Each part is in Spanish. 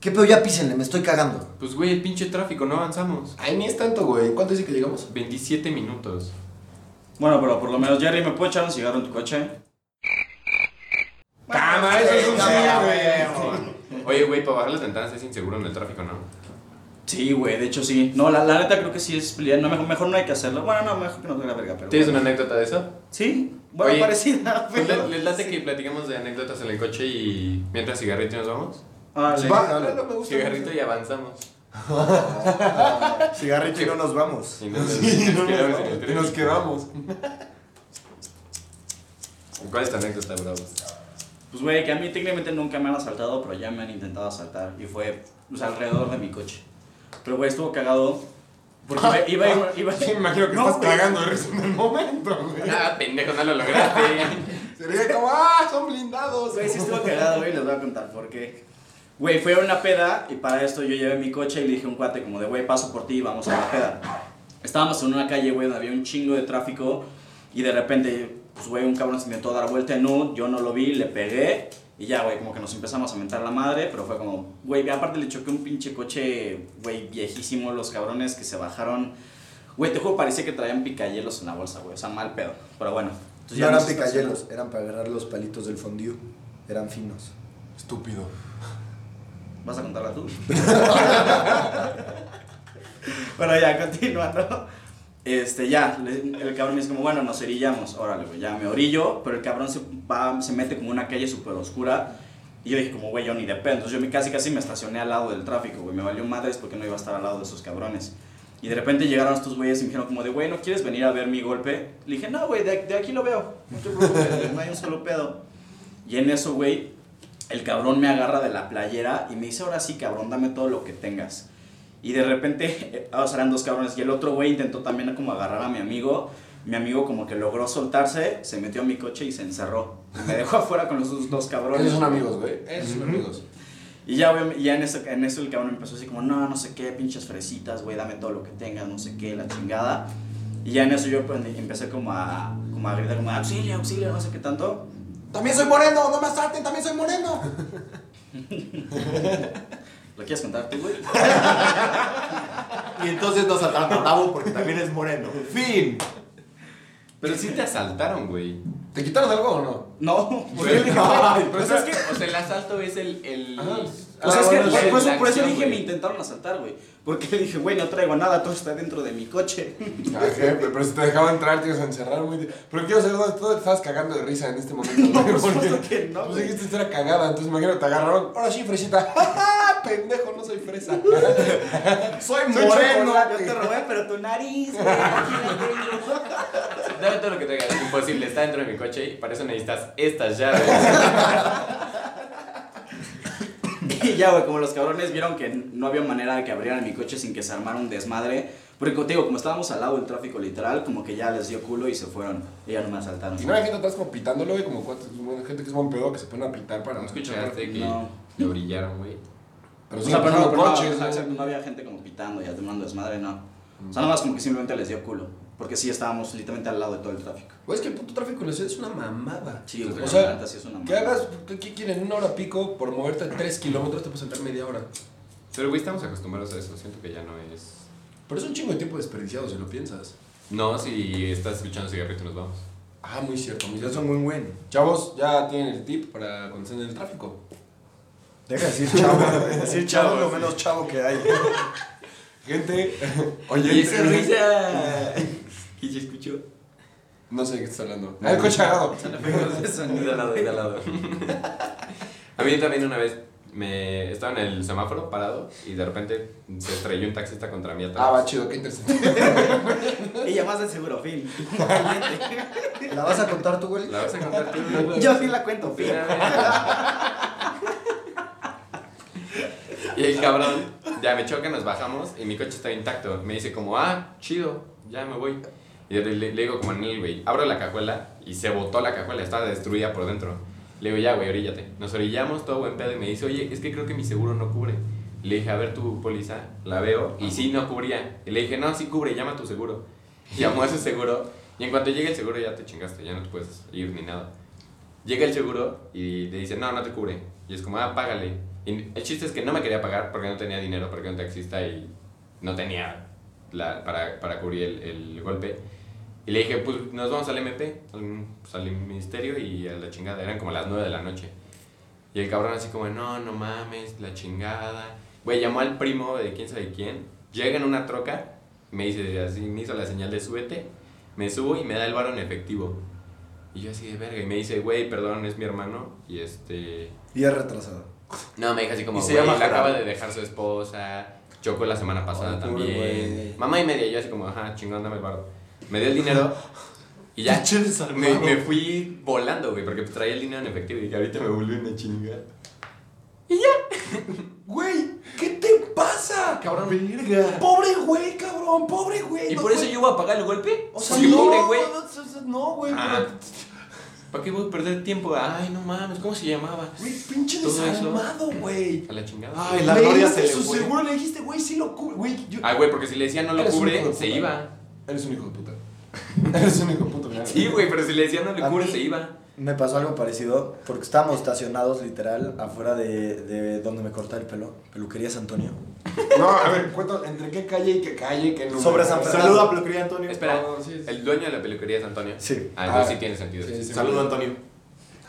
¿Qué pedo? Ya písenle, me estoy cagando. Pues, güey, el pinche tráfico, no avanzamos. Ay, ni es tanto, güey. ¿Cuánto dice que llegamos? 27 minutos. Bueno, pero por lo menos, Jerry, ¿me puedo echar un cigarro en tu coche? Cama, eso es un ya, cigarro. Oye, güey, para bajar las ventanas es inseguro en el tráfico, ¿no? Sí, güey, de hecho sí. No, la, la neta creo que sí es pelea. No, mejor, mejor no hay que hacerlo. Bueno, no, mejor que no tenga la verga, pero. ¿Tienes una anécdota de eso? Sí, bueno, Oye, parecida, Pues, pero. le- ¿Les late que platicamos de anécdotas en el coche y mientras cigarrito nos vamos? Ah, sí. Va, no, no me gusta. Cigarrito y avanzamos. Cigarrito y no nos vamos. Y nos, no, nos quedamos en el Y tren. nos quedamos. ¿Cuál es tu anécdota, bro? Pues, güey, que a mí técnicamente nunca me han asaltado, pero ya me han intentado asaltar. Y fue, pues, alrededor de mi coche. Pero, güey, estuvo cagado. Porque iba, iba, iba, Me imagino que No, estás güey. cagando de risa en el momento, güey. Ah, pendejo, no lo lograste. Sería como, ah, son blindados. Güey, sí estuvo cagado, güey, les voy a contar por qué. Güey, fue a una peda y para esto yo llevé mi coche y le dije a un cuate como de, güey, paso por ti y vamos a la peda. Estábamos en una calle, güey, donde había un chingo de tráfico y de repente, pues, güey, un cabrón se intentó dar vuelta en un, yo no lo vi, le pegué y ya, güey, como que nos empezamos a mentar la madre, pero fue como, güey, aparte le choqué un pinche coche, güey, viejísimo, los cabrones que se bajaron. Güey, te juro, parecía que traían picayelos en la bolsa, güey, o sea, mal pedo, pero bueno. Entonces No nos eran estacionamos. picayelos, eran para agarrar los palitos del fondue. Eran finos. Estúpido. ¿Vas a contarla tú? bueno, ya, continuando. Este, ya, le- el cabrón me dice como, bueno, nos orillamos, órale, güey, ya me orillo, pero el cabrón se, va, se mete como una calle súper oscura, y yo dije como, güey, yo ni de pedo, entonces yo me casi casi me estacioné al lado del tráfico, güey, me valió madres porque no iba a estar al lado de esos cabrones. Y de repente llegaron estos güeyes y me dijeron como de, güey, ¿no quieres venir a ver mi golpe? Le dije, no, güey, de, de aquí lo veo, no te preocupes, no hay un solo pedo. Y en eso, güey, el cabrón me agarra de la playera y me dice, ahora sí, cabrón, dame todo lo que tengas. Y de repente, ah, o sea, eran dos cabrones. Y el otro güey intentó también como agarrar a mi amigo. Mi amigo como que logró soltarse, se metió a mi coche y se encerró. Y me dejó afuera con los dos- dos cabrones. Esos son amigos, güey. Esos son amigos. Y ya, güey, ya en, eso, en eso el cabrón empezó así como, no, no sé qué, pinches fresitas, güey, dame todo lo que tengas, no sé qué, la chingada. Y ya en eso yo pues, empecé como a, como a gritar, como, auxilio, auxilio, no sé qué tanto. También soy moreno, no me asalten, también soy moreno. ¿Lo quieres contar tú, güey? Y entonces nos atrapa Tavo porque también es moreno. Fin. Pero sí te asaltaron, güey. ¿Te quitaron algo o no? No, Pero- güey. Ay, O sea, es que, o sea, el asalto es el. el Ajá. O sea, Pues es que Ah, bueno, por, sí, por eso, Ah, la por eso acción, dije güey. me intentaron asaltar, güey. Porque le dije, güey, no traigo nada, todo está dentro de mi coche. Ajá, Ah, pero si te dejaba entrar, te ibas a encerrar muy. de- Pero quiero saber dónde tú te estabas cagando de risa en este momento. No, güey, por supuesto porque que no, Tú güey. dijiste que era cagada, entonces imagino te agarraron. Ahora sí, fresita. Pendejo, no soy fresa. Soy Yo te robé, pero tu nariz, güey. aquí la tengo. Dame todo lo que traigas. Es imposible, está dentro de mi coche y para eso necesitas estas llaves. Y ya, güey, como los cabrones vieron que no había manera de que abrieran mi coche sin que se armara un desmadre. Porque, como te digo, como estábamos al lado del tráfico literal, como que ya les dio culo y se fueron. Y ya no me asaltaron. Y no hay gente atrás como pitándolo, güey, como cuántos. bueno, gente que es buen pedo que se ponen a pitar para. ¿No escuchaste que No. te orillaron, güey? Pero O sí, sea, pero no, pero no, coches. o sea, güey. exacto, no había gente como pitando y un desmadre, no. O sea, nada más como que simplemente les dio culo. Porque sí estábamos literalmente al lado de todo el tráfico. Güey, es que el puto tráfico en la ciudad es una mamada. Sí, güey, o la sea, neta sí es una que mamada. hagas, ¿qué qué quieren? Una hora pico por moverte 3 kilómetros te puedes entrar media hora. Pero, güey, estamos acostumbrados a eso. Siento que ya no es. Pero es un chingo de tiempo desperdiciado si lo piensas. No, si estás escuchando cigarrito, nos vamos. Ah, muy cierto, muy Ya cierto. son muy buen. Chavos, ya tienen el tip para cuando estén en el tráfico. Deja de decir chavo. Decir chavo es lo menos chavo que hay. Gente, Y oye, esa risa. Y se escuchó. no sé de qué estás hablando. Ah, el coche agarrado. De al lado, de al lado. A mí también una vez me estaba en el semáforo parado y de repente se estrelló un taxista contra mí atrás. Ah, va chido, qué interesante. Y ya más del seguro, fin. ¿La vas a contar tú, güey? ¿La vas a contar tú? Yo sí la cuento, fin. Y el cabrón, ya me choca, nos bajamos y mi coche está intacto. Me dice como, ah, chido, ya me voy. Y le, le- le digo como en el güey, abro la cajuela y se botó la cajuela, estaba destruida por dentro. Le digo, ya güey, oríllate. Nos orillamos, todo buen pedo y me dice, oye, es que creo que mi seguro no cubre. Le dije, a ver tu póliza, la veo y sí, no cubría. Y le dije, no, sí cubre, llama a tu seguro. Llamó a su seguro y en cuanto llegue el seguro ya te chingaste, ya no te puedes ir ni nada. Llega el seguro y le dice, no, no te cubre. Y es como, ah, págale. Y el chiste es que no me quería pagar porque no tenía dinero, porque era un taxista y no tenía la, para, para cubrir el, el golpe. Y le dije, pues nos vamos al MP, al, pues, al ministerio y a la chingada. Eran como las 9 de la noche. Y el cabrón así como, no, no mames, la chingada. Güey, llamó al primo de quién sabe quién. Llega en una troca, me dice así, me hizo la señal de súbete. Me subo y me da el varo en efectivo. Y yo así de verga. Y me dice, güey, perdón, es mi hermano. Y este... Y es retrasado. No, me dijo así como, Y se güey, llama la Gerardo. acaba de dejar su esposa, chocó la semana pasada Ay, pobre también. güey. Mamá y media, yo así como, ajá, chingón, dame el barro. Me dio el dinero y ya Pinche desarmado. me, me fui volando, güey, porque traía el dinero en efectivo y que ahorita me volví una chingada. Güey, ¿qué te pasa? Cabrón, Pobre güey, cabrón, pobre güey. ¿Y no, por eso güey. yo voy a pagar el golpe? O sea, Porque no, pobre, güey. no, no, no, güey, Ah. pero- ¿Para qué voy a perder tiempo? Ay, no mames, ¿cómo se llamaba? Güey, pinche Todo eso. desarmado, güey. A la chingada. Le Ay, la gloria diste se le su fue. Ah. seguro, le dijiste, güey, sí lo cubre. Güey, yo- Ay, Ah, güey, porque si le decía no lo Eres un hijo cubre, de se puta. iba. Eres un hijo de puta. Eres un hijo de puta. claro. Sí, güey, pero si le decía no A lo cubre, mí- se iba. Me pasó algo parecido porque estábamos estacionados literal afuera de, de donde me cortaba el pelo, peluquería San Antonio. No, a ver, cuento, ¿entre qué calle y qué calle? Qué número? Sobre San Fernando. Saluda a Peluquería Antonio. Espera, No, sí, sí. el dueño de la peluquería es Antonio. Sí. Ah, entonces Ah, sí tiene sentido. sí, sí. sí. Saludo, Antonio.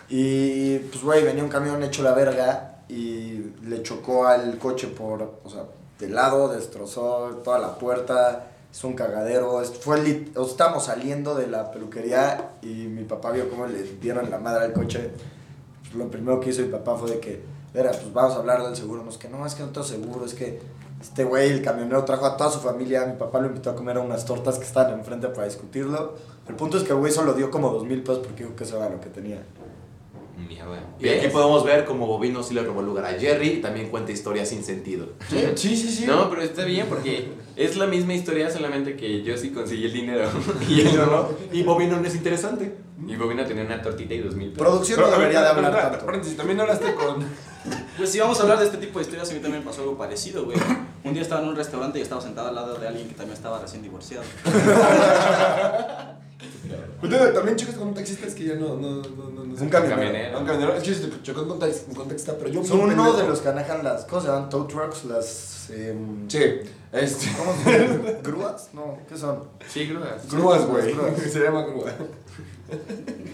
Y pues, güey, venía un camión hecho la verga y le chocó al coche por, o sea, de lado, destrozó toda la puerta, es un cagadero. es- Fue lit- o sea, estábamos saliendo de la peluquería y mi papá vio cómo le dieron la madre al coche. Pues, lo primero que hizo mi papá fue de que, verá, pues vamos a hablar del seguro. No, es que no, es que no tengo seguro, es que este güey, el camionero, trajo a toda su familia. Mi papá lo invitó a comer a unas tortas que estaban enfrente para discutirlo. El punto es que el güey solo dio como dos mil pesos porque dijo que eso era lo que tenía. Mierda. Y aquí podemos ver cómo Bovino sí le robó el lugar a Jerry y también cuenta historias sin sentido. Sí, sí, sí. No, pero está bien porque es la misma historia, solamente que yo sí conseguí el dinero. y él no. Y Bovino no es interesante. Y Bobina tenía una tortita y dos mil pesos. Producción no debería de hablar espera, tanto. Francis, también hablaste con... Pues si vamos a hablar de este tipo de historias, a mí también me pasó algo parecido, güey. Un día estaba en un restaurante y estaba sentado al lado de alguien que también estaba recién divorciado. Ustedes también chocas con un taxista, es que ya no... no, no, no, no Es un camionero. camionero. Un camionero. Es que yo te chocó con un taxi- con un taxista, pero yo... Son muy uno de pendejo. los que manejan las cosas, ¿no? tow trucks, las... em, Sí, este... ¿Cómo se llaman? ¿Grúas? No, ¿qué son? Sí, grúas. Grúas, güey. Las grúas. Se llama grúa.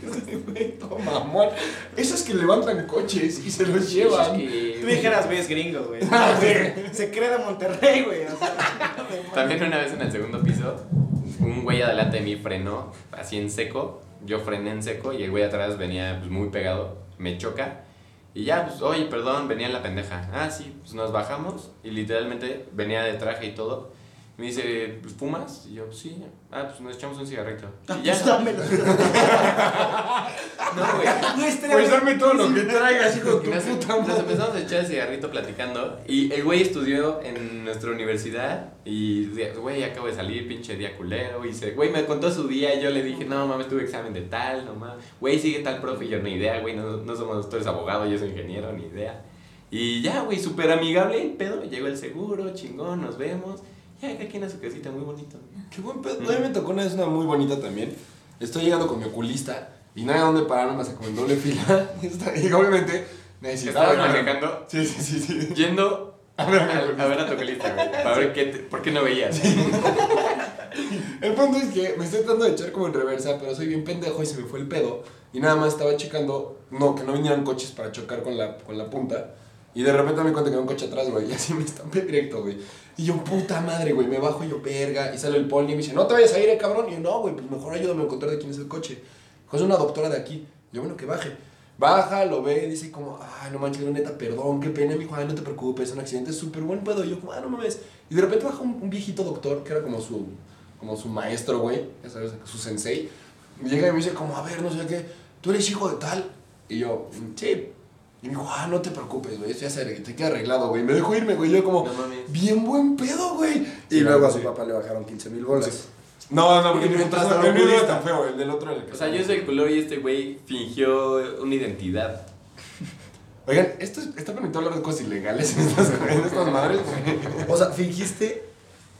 Este Güey, Toma, amor. Esos que levantan coches y se los llevan. Tú dijeras, güey, es gringo, Ah, güey. Se cree de Monterrey, güey. o sea, de Mon- También una vez en el segundo piso, un güey adelante de mí frenó así en seco. Yo frené en seco y el güey atrás venía pues, muy pegado. Me choca. Y ya, pues, oye, perdón, venía en la pendeja. Ah, sí, pues nos bajamos y literalmente venía de traje y todo. Me dice, pues, ¿fumas? Y yo, sí. Ah, pues nos echamos un cigarrito. Y ya. Pues dámelo. No, güey. No, estaría Pues bien. dame todo lo que traigas, hijo Y de nos, tu puta nos madre. empezamos a echar el cigarrito platicando. Y el güey estudió en nuestra universidad. Y, de- güey, acabo de salir, pinche día culero. Y se, güey, me contó su día. Y yo le dije, no mames, tuve examen de tal, no mames. Güey, sigue tal profe. Y yo, ni idea, güey, no, no somos, tú eres abogado, yo soy ingeniero, ni idea. Y ya, güey, súper amigable el pedo. Llegó el seguro, chingón, nos vemos. Ya, cada quien a su casita, muy bonito. Qué buen pedo. A mí me tocó una vez una muy bonita también. Estoy llegando con mi oculista y no había dónde parar, nada más como en doble fila. Y obviamente necesitaba. Estabas manejando, Sí, sí, sí, sí. yendo a, a ver a tu colista, güey. Para ver qué te- por qué no veías. El punto es que me estoy tratando de echar como en reversa, pero soy bien pendejo y se me fue el pedo. Y nada más estaba checando, no, que no vinieran coches para chocar con la, con la punta. Y de repente me di cuenta que había un coche atrás, güey. Y así me estampé directo, güey. Y yo, puta madre, güey. Me bajo y yo, verga. Y sale el poli y me dice, no te vayas a ir, eh, cabrón. Y yo, no, güey, pues mejor ayúdame a encontrar de quién es el coche. Dijo, es una doctora de aquí. Yo, bueno, que baje. Baja, lo ve, dice como, ay, no manches, la neta, perdón, qué pena, mi hijo, ay, no te preocupes, es un accidente súper buen pedo. Y yo, como, ah, no mames. Y de repente baja un, un viejito doctor, que era como su, como su maestro, güey, ya sabes, su sensei. Y Llega y me dice como, a ver, no sé qué, tú eres hijo de tal. Y yo, "Mm, sí. Y me dijo, ah, no te preocupes, güey, esto ya se arreg- te queda arreglado, güey. Me dejó irme, güey, yo como, No mames. bien buen pedo, güey. Y luego a su sí. papá le bajaron 15 mil bolas. No, no, porque Y mi me entraste papá- el mío no era oculista. tan feo, el del otro era el que O sea, yo soy el color y este güey fingió una identidad. Oigan, esto es- está permitido hablar de cosas ilegales en estas, en estas madres. O sea, fingiste.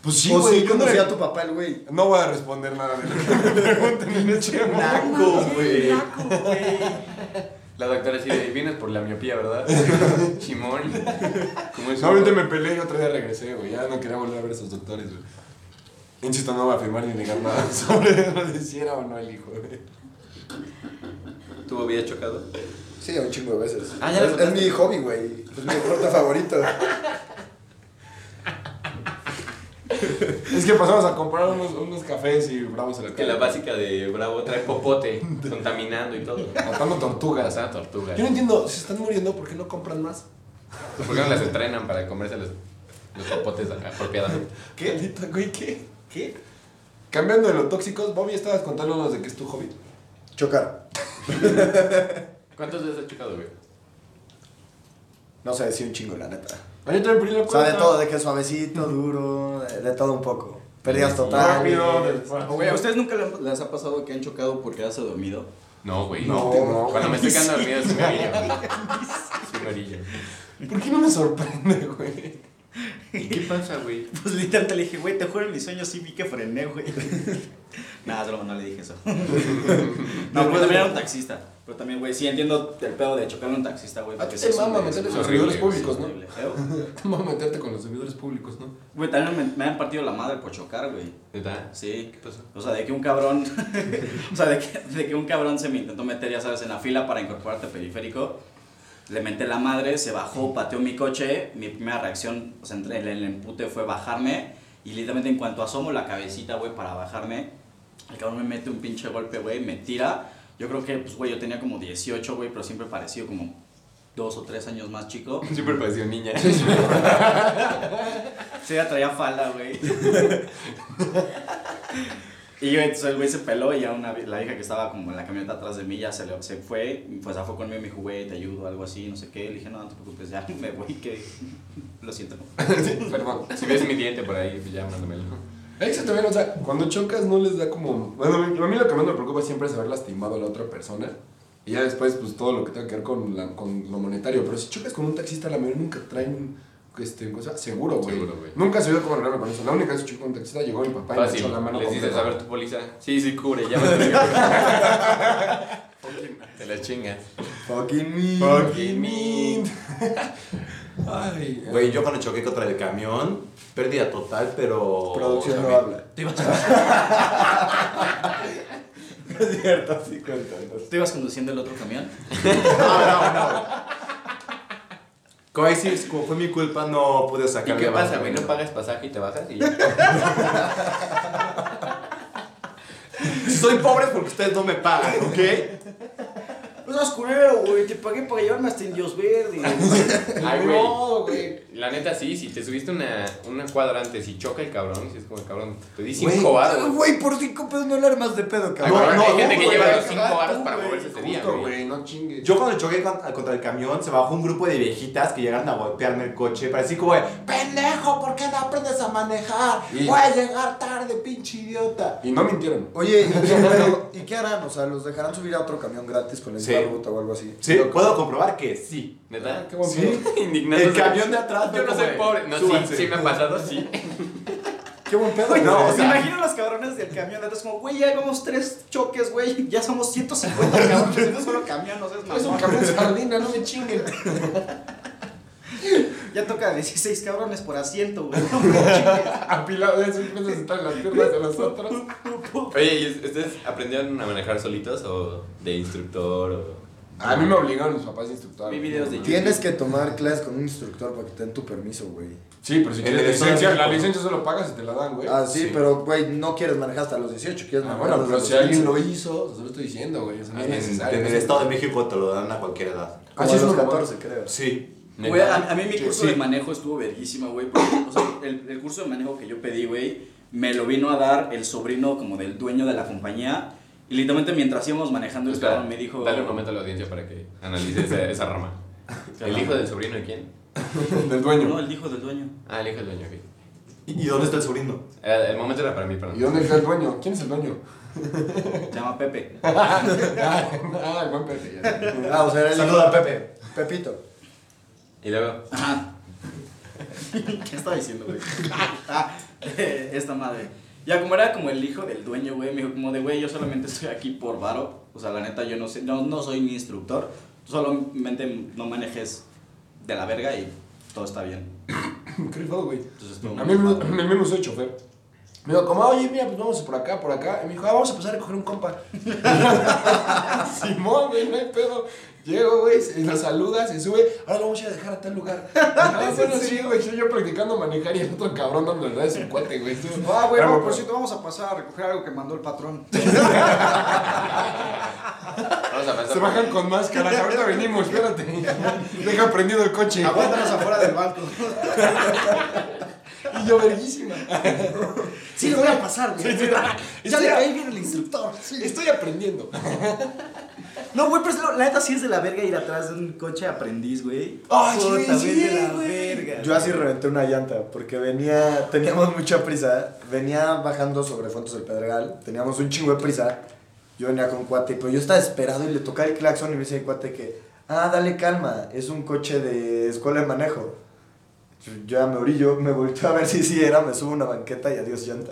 Pues o sí, güey, yo no conocí le- a tu papá, el güey. No voy a este responder nada de lo que me pregunten en el chemo. Naco, güey. La doctora así de, vienes por la miopía, ¿verdad? Simón. ¿Cómo es? Solamente me peleé y otro día regresé, güey. Ya no quería volver a ver a esos doctores, güey. Insisto, no va a afirmar ni negar nada sobre si era o no el hijo, güey. ¿Tu había chocado? Sí, un chingo de veces. Ah, ya lo es, es contaste. mi hobby, güey. Es mi deporte favorito. Es que pasamos a comprar unos, unos cafés y bramos en la Que calle. la básica de Bravo trae popote, contaminando y todo. Matando tortugas. ¿ah? Pasada tortuga. Yo no entiendo, si están muriendo, ¿por qué no compran más? ¿Por qué no las entrenan para comerse los, los popotes apropiadamente? ¿Qué? güey, ¿qué? ¿Qué? Cambiando de los tóxicos, Bobby, estabas contándonos de que es tu hobby. Chocar. ¿Cuántas veces has chocado, güey? No sé, sí, un chingo, la neta. Ahí te abrí la O sea, de cuenta. todo, de que suavecito, duro, de, de todo un poco. Pérdidas totales. Rápido, despacio. Güey, ¿a ustedes nunca le- les ha pasado que han chocado por quedarse dormido? No, güey. No, no. Cuando me estoy quedando dormido, es un orillo. Es un orillo. ¿Por qué no me sorprende, güey? ¿Y qué pasa, güey? Pues literal te le dije, güey, te juro en mis sueños sí vi que frené, güey. Nada, solo no le dije eso. no, pero también era un taxista. Pero también, güey, sí entiendo el pedo de chocarle a un taxista, güey. A porque ti sí te es mama un- meterle es con es los horrible, servidores públicos, ¿no? horrible, feo. Te mama meterte con los servidores públicos, ¿no? Güey, también me, me han partido la madre por chocar, güey. ¿Verdad? Sí. ¿Qué pasó? O sea, de que un cabrón. o sea, de que, de que un cabrón se me intentó meter, ya sabes, en la fila para incorporarte al periférico. Le menté la madre, se bajó, pateó mi coche. Mi primera reacción, o sea, entre el, el empute fue bajarme. Y literalmente, en cuanto asomo la cabecita, güey, para bajarme, el cabrón me mete un pinche golpe, güey, me tira. Yo creo que, pues, güey, yo tenía como 18, güey, pero siempre parecido como dos o tres años más chico. Siempre pareció niña. Sí, ya traía falda, güey. y yo, entonces el güey se peló y ya una, vi- la vieja que estaba como en la camioneta atrás de mí ya se, le, se fue. y, Pues ya fue conmigo y me dijo, güey, te ayudo, algo así, no sé qué. Le dije, no, no te preocupes, ya me voy, que lo siento. Perdón. Si ves mi diente por ahí, pues ya mándamelo. Alexa también, o sea, cuando chocas no les da como... Bueno, a mí a mí lo que más me preocupa siempre es haber lastimado a la otra persona. Y ya después, pues, todo lo que tenga que ver con, la- con lo monetario. Pero si chocas con un taxista, la mayoría nunca traen... Este, cosa, seguro, güey. Seguro, güey. Nunca se vio como arreglarme con eso. La única vez que choqué con un taxista llegó mi papá y me echó Fácil. la mano. Les dices, completa. a ver tu póliza. Sí, sí, cubre, ya mándamelo. Te la chingas. Fucking me. Fucking mean. Ay, Güey, yo cuando choqué contra el camión, pérdida total, pero. Producción no también- habla. Es cierto, sí, cuéntanos. ¿Tú ibas conduciendo el otro camión? Como decir, como fue mi culpa, no pude ¿Y sacar qué pasa, güey? ¿No pagas pasaje y te bajas? Y ya. Soy pobre porque ustedes no me pagan, ¿ok? No es Pues, culero, güey, te pagué para llevarme hasta Indios Verdes. Ay, güey. La neta, sí, si te subiste una, una cuadra antes y choca el cabrón, si es como el cabrón, te di Güey, cinco varos. Güey, por cinco pesos no le armas de pedo, Ay, No, cabrón. cabrón, no, hay gente que güey, lleva vas a los cinco varos para moverse ese día, Justo, güey. güey, no chingues. Yo cuando choqué con- contra el camión, se bajó un grupo de viejitas que llegaron a golpearme el coche. Parecía como de, pendejo, ¿por qué no aprendes a manejar? Y- Voy a llegar tarde, pinche idiota. Y no mintieron. Oye, ¿y qué, pero, ¿y qué harán? O sea, ¿los dejarán subir a otro camión gratis con el Sí. misma ruta o algo así? Sí, puedo comprobar que sí. ¿Verdad? Qué buen Sí. pedo. Indignado. El camión de atrás Yo fue no como soy de, pobre. No, sí, "Súbanse". sí me ha pasado, sí. Qué buen pedo, Güey, no, güey. o ¿Se sea, imaginan los cabrones del camión? Entonces, como, güey, ya llevamos tres choques, güey, ya somos 150 cabrones en un solo camión, no seas Es un mamón. cabrón sardina, no me chinguen. Ya toca 16 cabrones por asiento, güey. Apilado de esos pesos están las piernas de los otros. Oye, ¿y ustedes aprendieron a manejar solitos o de instructor o...? A mí me obligaron mis papás a instructar. Vi videos de YouTube. Tienes que tomar clases con un instructor para que te den tu permiso, güey. Sí, pero si El quieres de licencia, Sony, la ¿no? licencia solo pagas y te la dan, güey. Ah, sí, sí. pero, güey, no quieres manejar hasta los 18, quieres Ah, manejar bueno, hasta pero los si alguien 15. lo hizo, se lo estoy diciendo, güey. Eso no es En, necesario. en el Estado de México te lo dan a cualquier edad. Como Ah, sí, a es los normal. 14, creo. Sí. Güey, a, a mí mi Sí, curso sí. de manejo estuvo verguísima, güey. porque, O sea, el, el curso de manejo que yo pedí, güey, me lo vino a dar el sobrino como del dueño de la compañía. Y literalmente mientras íbamos manejando, el Espera, cabrón me dijo... Dale un momento a la audiencia para que analice esa, esa rama. ¿El hijo del sobrino de quién? Del dueño. No, el hijo del dueño. Ah, el hijo del dueño, ok. ¿Y y dónde está el sobrino? Eh, El momento era para mí, ¿Y perdón. dónde está el dueño? ¿Quién es el dueño? Se llama Pepe. ah, el buen Pepe. ya. Ah, o sea, era el Saluda a Pepe. Pepito. Y luego... Ajá. ¿Qué estaba diciendo, güey? Ah, esta madre. Ya, como era como el hijo del dueño, güey, me dijo como de, güey, yo solamente estoy aquí por varo. O sea, la neta, yo no sé, no, no soy ni instructor. solamente no manejes de la verga y todo está bien. Qué rifado, güey. Entonces, estuvo A muy mí me- padre. me me soy chofer. Me dijo, como, oye, mira, pues vamos por acá, por acá. Y me dijo, ah, vamos a pasar a coger un compa. Simón, güey, no hay pedo. Llego, güey, se- lo saluda, se sube. Ahora lo vamos a ir a dejar a tal lugar. Ah, bueno, sí, güey, yo, yo practicando manejar y el otro cabrón dando el de su cuate, güey. Estuvo- Ah, güey, Pero, no, por cierto, vamos a pasar a recoger algo que mandó el patrón. Vamos a pasar. Se bajan con máscaras, ahorita venimos, espérate. Ah, Deja prendido el Ah, coche. Aguántanos afuera del banco. Y yo verguísima. Sí, lo voy a pasar, güey. Ya sí, le ya. caí bien el instructor. sí. Estoy aprendiendo. No, güey, pero es lo- la neta sí es de la verga ir atrás de un coche aprendiz, güey. Ay, Puta, güey, güey, sí, de la güey. verga. Yo así reventé una llanta porque venía, teníamos mucha prisa, venía bajando sobre Fuentes del Pedregal, teníamos un chingo de prisa, yo venía con un cuate, pero yo estaba esperado y le tocaba el claxon y me dice el cuate que, ah, dale calma, es un coche de escuela de manejo. Yo yo ya me orillo, me volteo a ver si sí era, me subo a una banqueta y adiós llanta.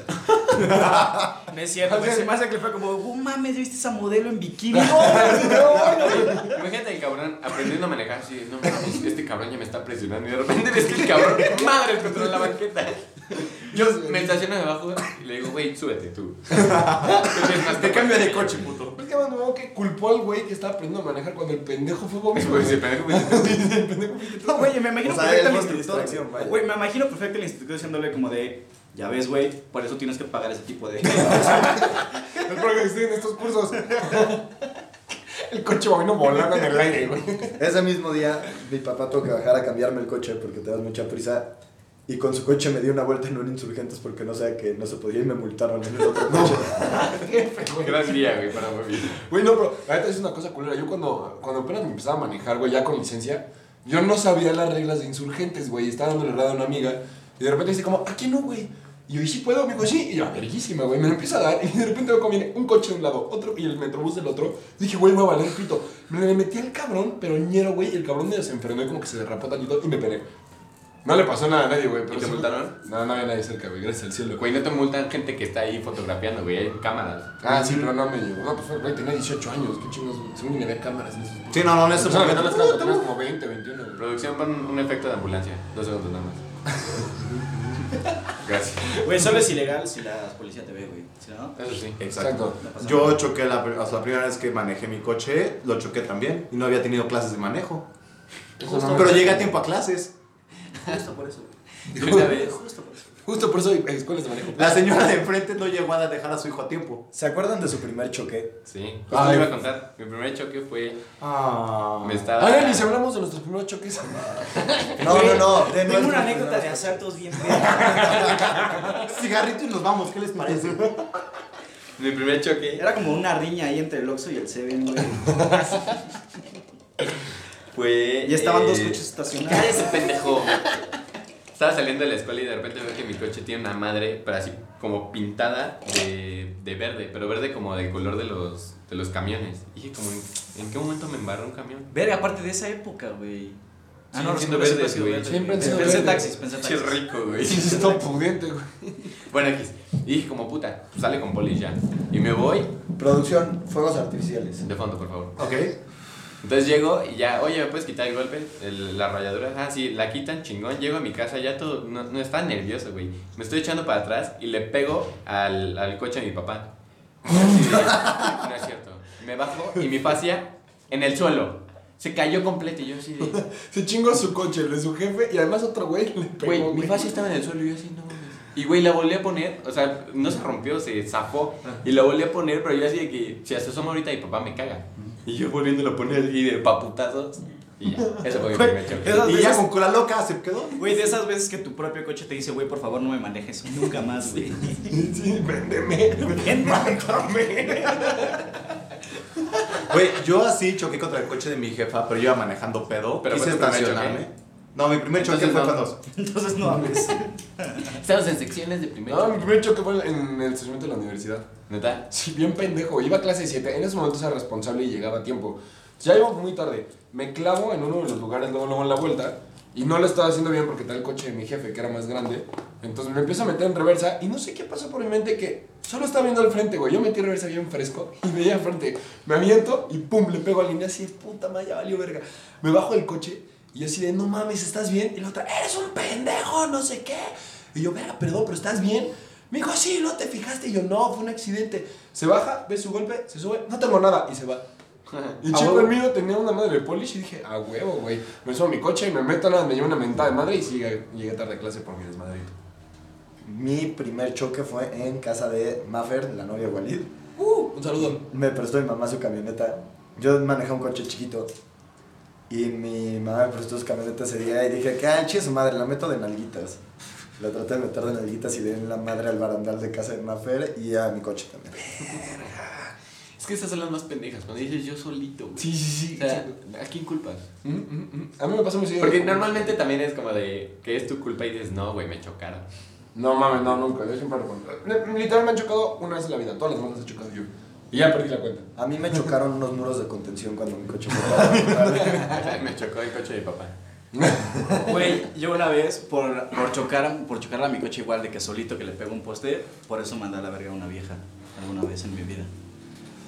No es cierto, güey, Ajá. se me hace que fue como, "Oh, mames, ¿viste esa modelo en bikini? Imagínate el cabrón aprendiendo a manejar así. No mames, este cabrón ya me está presionando. Y de repente ves que el cabrón, madre, contra la banqueta. Yo me estaciono debajo y le digo, güey, súbete tú. Te cambio de coche, puto. Es que me acuerdo que culpó al güey que estaba aprendiendo a manejar cuando el pendejo fue Ese conmigo. güey se pendejo me dice, El pendejo fue No, güey, me imagino O sea, perfecto él fue el tu instructor. distracción, vaya. Güey, me imagino perfecto el instructor diciéndole como de, ya ves, güey, por eso tienes que pagar ese tipo de... el problema que estoy en estos cursos. El coche vino volando en el aire, güey. Ese mismo día, mi papá tuvo que bajar a cambiarme el coche porque te das mucha prisa. Y con su coche me di una vuelta en un insurgentes porque no sabía que no se podía y me multaron en el otro coche. Gran día, güey, para mí. Güey, no, pero la neta es una cosa culera. Yo cuando, cuando apenas me empezaba a manejar, güey, ya con licencia, yo no sabía las reglas de insurgentes, güey. Estaba dando la radio a una amiga y de repente dice como, aquí no, güey. Y yo, ¿y si puedo? Me dijo, sí. Y yo, "Ah, verguísima, güey. Me lo empieza a dar. Y de repente veo como viene un coche de un lado, otro y el metrobús del otro. Dije, güey, voy a valer pito. Me le metí al cabrón, pero ñero, güey. y El cabrón se enfrenó y como que se derrapó tantito y me peleé. No le pasó nada a nadie, güey. pero ¿Y te sí- multaron? No, no había nadie cerca, güey. Gracias al cielo. Güey, no te multan gente que está ahí fotografiando, güey, hay cámaras. Ah, sí, pero no me llegó. No, pues fue- güey, tenía 18 años. Qué chingos, güey. según ni había cámaras en esos. Sí, no, no, en ese O sea, momento. las cámaras tenías como 20, 21. güey. Producción, pon un efecto de ambulancia. Dos segundos nada más. Gracias. Güey, solo es ilegal si la policía te ve, güey. Si no, Eso sí. Exacto. no pasa Yo choqué la, pri- o sea, la primera vez que manejé mi coche, lo choqué también y no había tenido clases de manejo. Justo, Pero llegué a tiempo a clases. nada. Justo por eso, Yo güey. una vez- Justo por eso. Justo por eso hay escuelas de manejo. La señora de enfrente no llegó a dejar a su hijo a tiempo. ¿Se acuerdan de su primer choque? Sí. Justo Ay. te iba a contar. Mi primer choque fue. Ah. Me estaba. Oigan, y si hablamos de nuestros primeros choques. No, no, no. de Tengo nuestro una anécdota de primer- asaltos bien verga. Cigarrito y nos vamos, ¿qué les parece? Mi primer choque Era como una riña ahí entre el Oxxo y el Seven, güey. fue. Y estaban dos eh, coches estacionados. ¡Cállese, pendejo! Estaba saliendo de la escuela y de repente veo que mi coche tiene una madre, pero así como pintada de, de verde, pero verde como del color de los, de los camiones. Y dije, como, ¿en qué momento me embarró un camión? Verga, aparte de esa época, güey. Ah, Siguen los siendo hombres verdes, güey. siempre han sido verdes, Siempre han güey. sido Pensé en verdes. taxis, pensé en Qué taxis. rico, güey. Sí, sí, está pudiente, güey. Bueno, X. Y dije, como puta, pues, sale con polis ya. Y me voy Producción, fuegos artificiales. de fondo, por favor. Ok. Entonces llego y ya, oye, ¿me puedes quitar el golpe? El- la rayadura. Ah, sí, la quitan, chingón. Llego a mi casa, ya todo. No, no estaba nervioso, güey. Me estoy echando para atrás y le pego al, al coche de mi papá. Así de, no es cierto. Me bajo y mi fascia en el suelo. Se cayó completo y yo así de. Se chingó su coche, el de su jefe, y además otro güey le pegó. Güey, mi fascia estaba en el suelo y yo así, no mames. Y güey, la volví a poner, o sea, no se rompió, se zafó. Ah. Y la volví a poner, pero yo así de que, si se asoma ahorita, mi papá me caga. Y yo volviéndolo a poner y de paputazos. Y ya, eso fue mi primer choque. Esas Y ya veces- con cola loca se quedó. Güey, de esas veces que tu propio coche te dice, güey, por favor no me manejes nunca más, güey. Sí, véndeme. Ven, Mátame. Güey, yo así choqué contra el coche de mi jefa, pero yo iba manejando pedo. Pero fue Quise tu primer estacionarme. choque. No, mi primer choque Entonces, fue no. cuando. Entonces no hables. Estamos en secciones de primer No, mi choque. primer choque fue en el estacionamiento de la universidad. ¿Neta? Sí, bien pendejo. Iba a clase 7. En ese momento era responsable y llegaba a tiempo. Ya iba muy tarde. Me clavo en uno de los lugares, luego, luego en la vuelta. Y no lo estaba haciendo bien porque está el coche de mi jefe, que era más grande. Entonces me lo empiezo a meter en reversa y no sé qué pasó por mi mente que solo estaba viendo al frente, güey. Yo metí reversa bien fresco y veía al frente. Me aviento y pum, le pego a línea así, puta madre, ya valió verga. Me bajo del coche y yo así de, no mames, ¿estás bien? Y la otra, eres un pendejo, no sé qué. Y yo, verga, perdón, pero ¿estás bien? Me dijo, "Ah, sí, no te fijaste. Y yo, no, fue un accidente. Se baja, ve su golpe, se sube, no tengo nada y se va. Y el A chico huevo. el mío tenía una madre de polish y dije, a huevo, güey. Me subo a mi coche y me meto nada, me llevo una mentada de madre y sí, llegué, llegué tarde a clase por mi desmadrito. Mi primer choque fue en casa de Maffer, la novia de Walid. Uh, un saludo. Me prestó mi mamá su camioneta. Yo manejaba un coche chiquito. Y mi mamá me prestó su camioneta ese día y dije, que ah, chingue su madre, la meto de nalguitas. La traté de meter de nalguitas y le di en la madre al barandal de casa de Maffer y a mi coche también. Es que esas son las más pendejas, cuando dices yo solito, güey. Sí, sí, sí. O sea, ¿a quién culpas? Mm, mm, mm. A mí me pasó muy seguido. Porque normalmente también es como de que es tu culpa y dices, no, güey, me chocaron. No mames, no, nunca. Yo siempre lo cuento. Li- Literal me han chocado una vez en la vida. Todas las demás las he chocado yo. Y ya perdí la cuenta. A mí me chocaron unos muros de contención cuando mi coche me me chocó el coche de mi papá. Güey, yo una vez, por, por, chocar, por chocarle a mi coche igual de que solito que le pego un poste, por eso mandé a la verga a una vieja alguna vez en mi vida.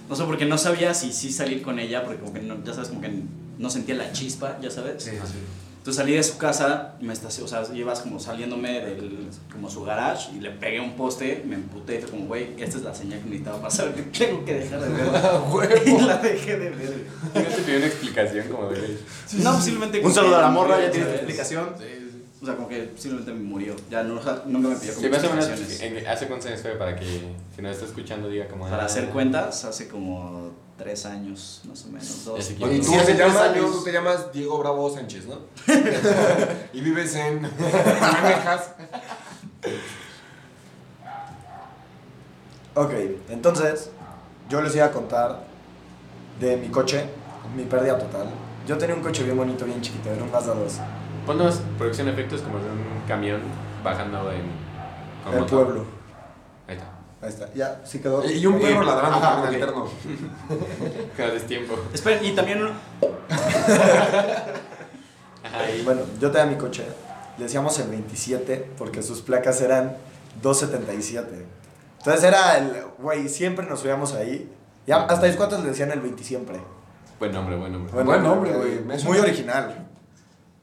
No sé, porque no sabía si sí salir con ella, porque como que no, ya sabes, como que no sentía la chispa, ya sabes. Entonces salí de su casa, me estacioné, o sea, ibas como saliéndome del como su garage y le pegué un poste, me emputé y fue como, güey, esta es la señal que necesitaba para saber que tengo que dejar de ver. y la dejé de ver. Y no te pidió una explicación como de güey. no, posiblemente. Un saludo a la morra, ya tiene tienes tu explicación. O sea, como que simplemente me murió. Ya no, o sea, nunca me pidió como Se me hace buena- explicaciones. en- hace cuántos años fue para que, si nos está escuchando, diga como. Para ah, hacer cuentas, hace como tres años, más o menos, dos. Ese Y Sí, tú, hace te tres llamas, años. tú te llamas Diego Bravo Sánchez, ¿no? y vives en Manejas. Ok, entonces yo les iba a contar de mi coche, mi pérdida total. Yo tenía un coche bien bonito, bien chiquito, era un Mazda 2. Ponnos producción de efectos como de un camión bajando en. con El motor. pueblo. Ahí está. Ahí está, ya, sí quedó. Y un perro ladrando Ajá, en ok. alterno. Cada tiempo. Esperen, y también Ajá, y- Bueno, yo tenía mi coche, le decíamos el 27 porque sus placas eran 277. Entonces era el, güey, siempre nos subíamos ahí. Ya, hasta mis cuates le decían el 20 siempre. Buen nombre, buen nombre. Bueno, Buen nombre, eh, güey. Me Muy suena. original.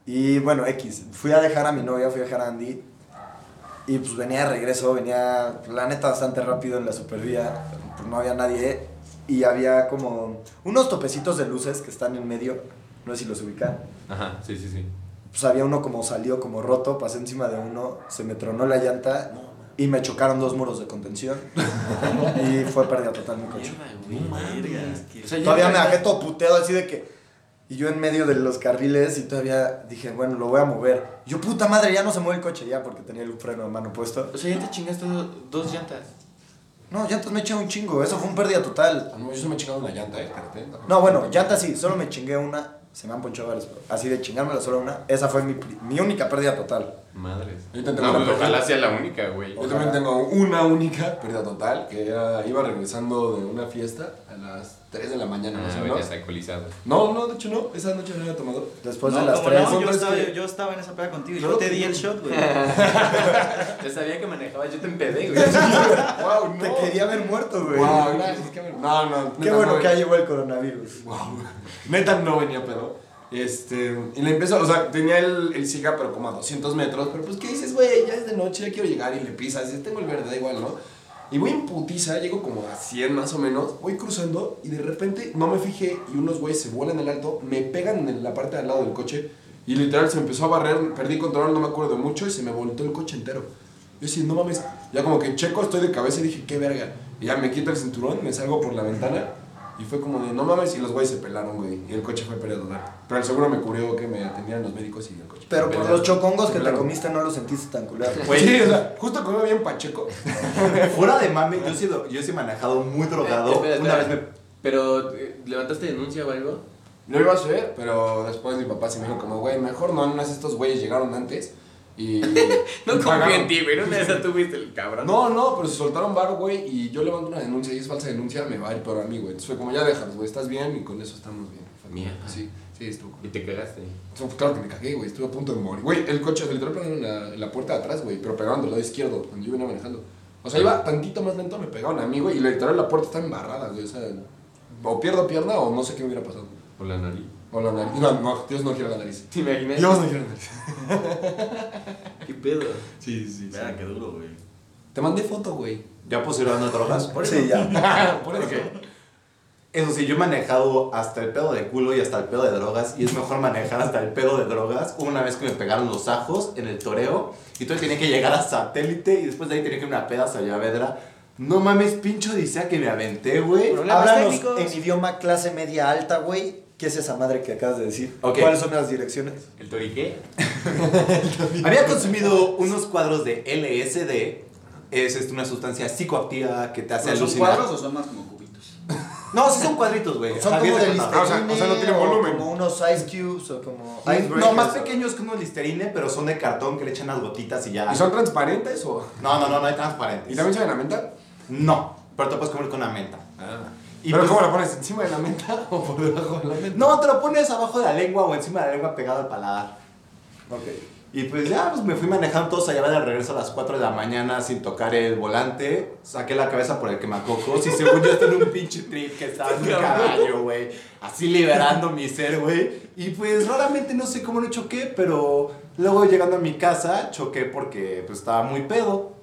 Y bueno, X. Fui a dejar a mi novia, fui a dejar a Andy. Y pues venía de regreso, venía, la neta, bastante rápido en la supervía. Pues no había nadie. Y había como unos topecitos de luces que están en medio. No sé si los ubican. Ajá, sí, sí, sí. Pues había uno como salió como roto, pasé encima de uno, se me tronó la llanta y me chocaron dos muros de contención. y fue pérdida total mi coche. No mames. O sea, ya Todavía me ahorita- bajé todo puteado así de que. Y yo en medio de los carriles y todavía dije, bueno, lo voy a mover. Yo, puta madre, ya no se mueve el coche ya porque tenía el freno de mano puesto. O sea, ya te chingaste do- dos llantas. No, llantas me eché un chingo, eso fue un pérdida total. Ah, No, yo se me he chingado una llanta, eh. No, bueno, llantas sí, solo me chingué una, se me han ponchado varias, pero así de chingármela solo una. Esa fue mi, pri- mi única pérdida total. Madres. Yo te tengo no, una pues, ojalá pregunta. sea la única, güey. Yo también tengo una única pérdida total, que era, iba regresando de una fiesta a las 3 de la mañana, más Ah, o venías menos. alcoholizado. No, no, de hecho no, esa noche no había tomado. Después no, Pues de las ¿cómo tres. No, yo, Hombre, es estaba, que- yo estaba en esa pelea contigo y Claro yo te que- di el shot, güey. Yo sabía que manejabas, yo te empedé, güey. ¡Wow, Te quería haber muerto, güey. ¡Wow, gracias! ¡Qué bueno! No, no, Qué neta, bueno no eh. que ya venía- llegó el coronavirus. ¡Wow! Neta no venía pedo. Este, y le empiezo, o sea, tenía el, el siga, pero como a 200 metros. Pero pues, ¿qué dices, güey? Ya es de noche, ya quiero llegar. Y le pisas, dices, tengo el verde, da igual, ¿no? Y voy en putiza, llego como a 100 más o menos. Voy cruzando y de repente no me fijé. Y unos güeyes se vuelan al alto, me pegan en la parte de al lado del coche. Y literal se me empezó a barrer, perdí control, no me acuerdo mucho. Y se me voltó el coche entero. Yo sí, no mames. Ya como que checo, estoy de cabeza y dije, qué verga. Y ya me quito el cinturón, me salgo por la ventana. Y fue como de, no mames. Y los güeyes se pelaron, güey. Y el coche fue peleado. Pero el seguro me cubrió que me atendieran los médicos y el coche. Pero fue por peleado. los chocongos Se que te pelearon. comiste no los sentiste tan culero. Güey. Sí, o sea, justo como iba bien pacheco. Fuera de mame, yo sí, lo- yo sí he manejado muy drogado. Eh, espera, Una espera. vez me. Pero, eh, ¿levantaste denuncia o algo? Lo iba a hacer, pero después mi papá se me dijo como, güey, mejor no, no estos güeyes llegaron antes. Y... No y confío pagaron". en ti, güey. No me tú tuviste el cabrón. No, no, pero se soltaron bar, güey, y yo levanto una denuncia y es falsa denuncia, me va a ir peor a mí, güey. Entonces fue como, ya déjalos, güey, estás bien y con eso estamos bien. Fue como, Mierda. Sí, sí, Sí, estuvo. Y te cagaste. No, pues Claro que me cagué, güey. Estuve a punto de morir. Güey, el coche, literal, pegó en la, en la puerta de atrás, güey. Pero pegaron del lado izquierdo, cuando yo venía manejando. O sea, iba tantito más lento, me pegaron a mí, güey. Y literal, la puerta está embarrada, güey. O sea, o pierdo pierna o no sé qué me hubiera pasado. Por la nariz. O la nariz. No, no, Dios no quiere la nariz. ¿Te imaginas? Dios no quiere la nariz. ¿Qué pedo? Sí, sí, sí. Verga, qué duro, güey. Te mandé foto, güey. ¿Ya pusieron a drogas? Sí, ya. Por eso. Eso sí, yo he manejado hasta el pedo de culo y hasta el pedo de drogas. Y es mejor manejar hasta el pedo de drogas. Hubo Una vez que me pegaron los ajos en el toreo. Y todo tenía que llegar a satélite. Y después de ahí tenía que ir a una peda a Sallavedra. No mames, pincho dice que me aventé, güey. Problemas Háblanos técnicos. en idioma clase media alta, güey. ¿Qué es esa madre que acabas de decir? Ok. ¿Cuáles son las direcciones? ¿El toriqué? Había consumido unos cuadros de LSD. Es este, una sustancia psicoactiva que te hace ¿Son alucinar. cuadros o son más como cubitos? No, sí son cuadritos, güey. Son como Abierto, de no. listerine, Ah, o sea- o sea, no tiene volumen. como unos ice cubes o como No, icebreakers, más o- pequeños que unos listerine, pero son de cartón que le echan las gotitas y ya. ¿Y son transparentes o.? No, no, no, no hay ¿Y transparentes. también saben a menta? No, pero te puedes comer con una menta. Y Ah. ¿Pero pues- cómo la pones? ¿Encima de la menta o por debajo de la menta? No, te lo pones abajo de la lengua o encima de la lengua pegado al paladar. Ok. Y pues ya pues me fui manejando todos allá de regreso a las 4 de la mañana sin tocar el volante. Saqué la cabeza por el quemacocos y según yo estaba en un pinche trip que estaba en un caballo, güey. Así liberando mi ser, güey. Y pues raramente no sé cómo lo choqué, pero luego llegando a mi casa choqué porque pues estaba muy pedo.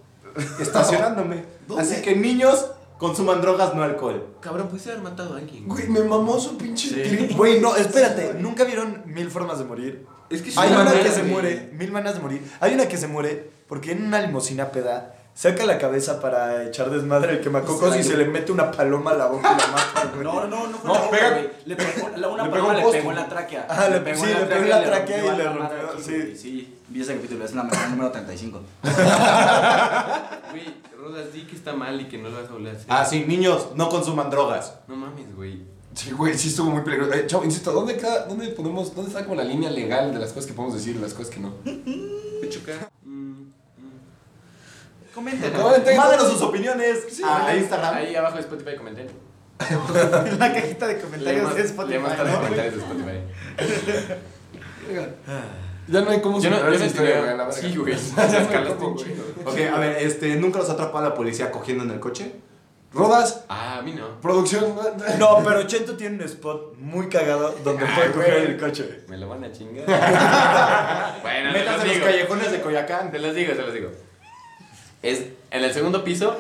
Estacionándome. Así que niños, consuman drogas, no alcohol. Cabrón, pudiste haber matado a alguien. Güey, me mamó su pinche trip. Güey, no, espérate, ¿nunca vieron Mil Formas de Morir? Es que es Hay una una que manera, se güey. muere, mil maneras de morir. Hay una que se muere porque en una limosina peda saca la cabeza para echar desmadre al quemacocos y se le mete una paloma a la boca y la mata, güey. No, no, no fue No, la boca, pega- güey. Le pegó, la, una le paloma pegó un le poste. pegó en la tráquea. Ajá, le- sí, le pegó en la tráquea y le a la madre rompió, aquí, sí. güey, Sí, vi ese capítulo, es la mejor número 35. Güey, Rodas, di que está mal y que no lo vas a volver a hacer. Ah, sí, niños, no consuman drogas. No mames, güey. Sí, güey, sí estuvo muy peligroso. Eh, chavo, insisto, ¿dónde, queda, ¿dónde ponemos, dónde está como la línea legal de las cosas que podemos decir y las cosas que no? ¿Te choca? Mm, Comenten. Mándenos sus opiniones Ah, a Instagram. Ahí abajo de Spotify comenten. En la cajita de comentarios Leemos- de Spotify. Leemos todos los ¿no? comentarios de Spotify. Ya Ah. no hay cómo Yo no, superar yo no esa historia, güey, historia, la verga. Sí, güey. Ya escalaste un chingo. Ok, a ver, este, ¿nunca los atrapó la policía cogiendo en el coche? Rodas, Ah, a mí no. producción. No, pero Chento tiene un spot muy cagado donde puede coger el coche. Me lo van a chingar. bueno, te los Métanse en los digo. callejones de Coyacán. Te los digo, te los digo. Es en el segundo piso.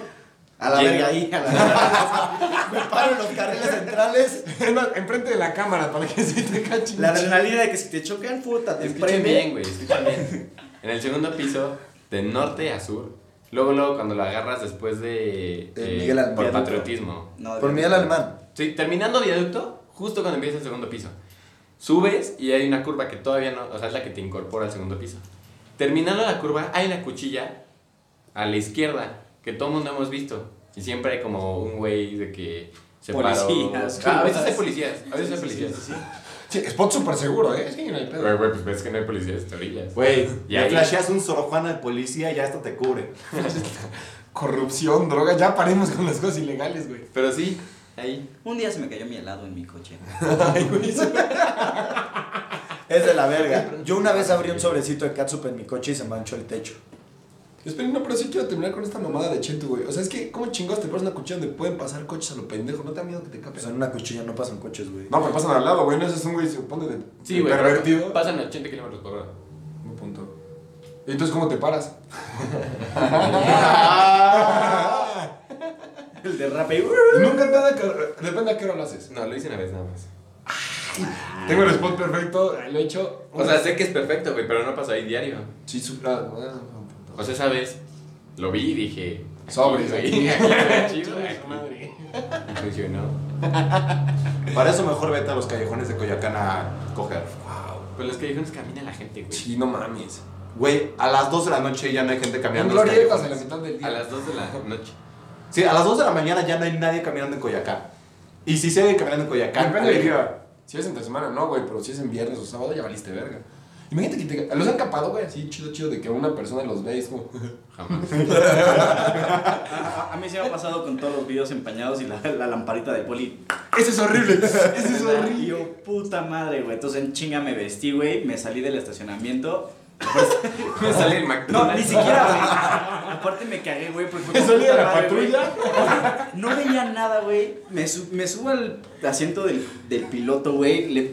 A la Llega- verga ahí, a la verga. Me paro en los carriles centrales. Es más, enfrente de la cámara para que sí te cachen. La adrenalina de que si te chocan, puta, te Escuchen prende. bien, güey, escuchen bien. En el segundo piso, de norte a sur. Luego, luego, cuando lo agarras después de. eh, De Miguel Almán. Por patriotismo. No, Por de- Miguel Alemán. Sí, terminando viaducto, justo cuando empieza el segundo piso. Subes y hay una curva que todavía no, o sea, es la que te incorpora al segundo piso. Terminando la curva, hay una cuchilla a la izquierda que todo mundo hemos visto. Y siempre hay como un güey de que se Policías, paró. Ah, a veces hay curvas. policías, a veces hay policías. Sí, spot súper seguro, ¿eh? Sí, no hay Güey, pedo. güey, pues ves que no hay policías, te orillas. Güey, Y ya ahí- flasheas un Sor Juana al policía y ya hasta te cubre. Corrupción, droga, ya paremos con las cosas ilegales, güey. Pero sí, ahí. Un día se me cayó mi helado en mi coche. Ay, güey, sí. Es de la verga. Yo una vez abrí un sobrecito de catsup en mi coche y se manchó el techo. Esperen, no, pero sí quiero terminar con esta mamada de Chetu, güey. O sea, es que, ¿cómo chingados te pones una cuchilla donde pueden pasar coches a lo pendejo? ¿No te da miedo que te Pues capes? en una cuchilla no pasan coches, güey. No, pero pasan al lado, güey. No, ese es un güey, se pone de Sí, güey. pero pervertido. Pasan 80 kilómetros por hora. Un punto. ¿Y entonces cómo te paras? El derrape. Nunca te da que- Depende a qué hora lo haces. No, lo hice una vez nada más. Ah. Tengo el spot perfecto, lo he hecho. O sea, sé que es perfecto, güey, pero no pasa ahí diario. sí, su- ah, ah, un punto. O sea, esa vez lo vi y dije. Sobres, aquí, aquí. aquí, aquí, chido, Chinga aquí. su madre. Y funcionó. Para eso mejor vete a los callejones de Coyacán a coger. Pues los callejones camina la gente, güey. Sí, no mames. Güey, a las 2 de la noche ya no hay gente En caminando. en los glorietas a la callejones. mitad del día. A las 2 de la noche. Sí, a las 2 de la mañana ya no hay nadie caminando en Coyacán. Y si se ve caminando en Coyacán, Depende del aléjate. día. Si es entre semana, no, güey, pero si es en viernes o sábado, ya valiste verga. Imagínate que te, los han capado, güey, así chido, chido, de que una persona los ve y es como. Jamás. A, a- a mí se me ha pasado con todos los videos empañados y la, la lamparita de poli. Eso es horrible. Eso es Y horrible. yo, puta madre, güey. Entonces en chinga me vestí, güey. Me salí del estacionamiento. Me sale el No, ni McDonald's. siquiera, güey. Aparte me cagué, güey. Porque fue Me salí de puta la madre, güey. patrulla. No veía nada, güey. Me, su- me subo al asiento del, del piloto, güey. Le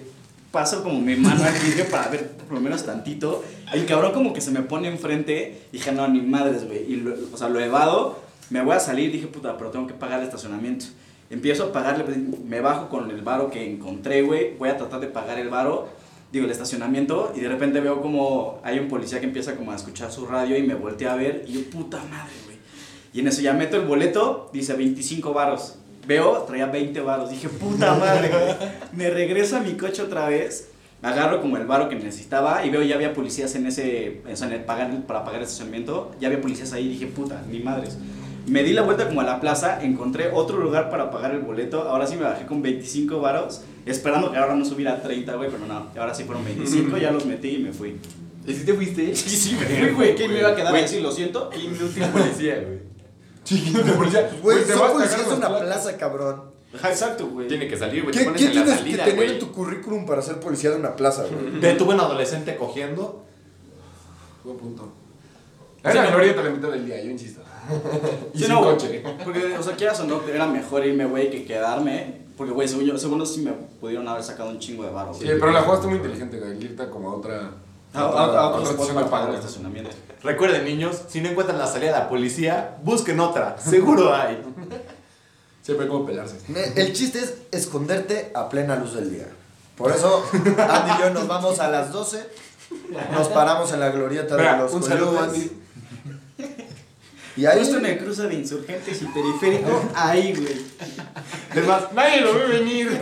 paso como mi mano al vidrio para ver por lo menos tantito. El cabrón como que se me pone enfrente. Dije, no, ni madres, güey. Y lo- o sea, lo evado. Me voy a salir. Dije, puta, pero tengo que pagar el estacionamiento. Empiezo a pagarle. pues, Me bajo con el varo que encontré, güey. Voy a tratar de pagar el varo. Digo, el estacionamiento. Y de repente veo como hay un policía que empieza como a escuchar su radio y me voltea a ver. Y yo, puta madre, güey. Y en eso ya meto el boleto, dice 25 varos. Veo, traía 20 varos. Dije, puta madre. güey. Me regreso a mi coche otra vez. Agarro como el varo que necesitaba y veo ya había policías en ese, o sea, en el pagar, para pagar el estacionamiento. Ya había policías ahí. Dije, puta, ni madres. Me di la vuelta como a la plaza, encontré otro lugar para pagar el boleto. Ahora sí me bajé con 25 varos, esperando que ahora no subiera a 30, güey, pero no. Ahora sí fueron 25, ya los metí y me fui. ¿Y si te fuiste? Sí, sí, me fui, güey. ¿Quién me iba a quedar Güey. así? Lo siento. Qué inútil policía, güey. Chiquito, policía. Güey, te vas son a policías cagar en las una placas. plaza, cabrón. Ajá, exacto, güey. Tiene que salir, güey. Te ¿Qué, pones qué en la tienes que salida, tener en güey. tu currículum para ser policía de una plaza, güey? Detuve a un adolescente cogiendo. Buen punto. Era no, gloria para la mitad del día, yo insisto. Y Sí, sin no, güey, coche. Porque, o sea, quieras o no, era mejor irme, güey, que quedarme. Porque, güey, según yo, según yo sí me pudieron haber sacado un chingo de barro. Sí, pero la jugaste muy inteligente, güey. Irte como a otra. A, a- a a otros spots estación para de pagar el pago. estacionamiento. Recuerden, niños, si no encuentran la salida de la policía, busquen otra. Seguro hay. Siempre hay como pelarse. Me- El chiste es esconderte a plena luz del día. Por eso, Andy y yo nos vamos a las 12, nos paramos en la glorieta de Espera, los un saludo, coyotes, Andy. Y ahí, Justo en el cruce de insurgentes y periférico, ahí, güey. Es más, Nadie lo ve venir.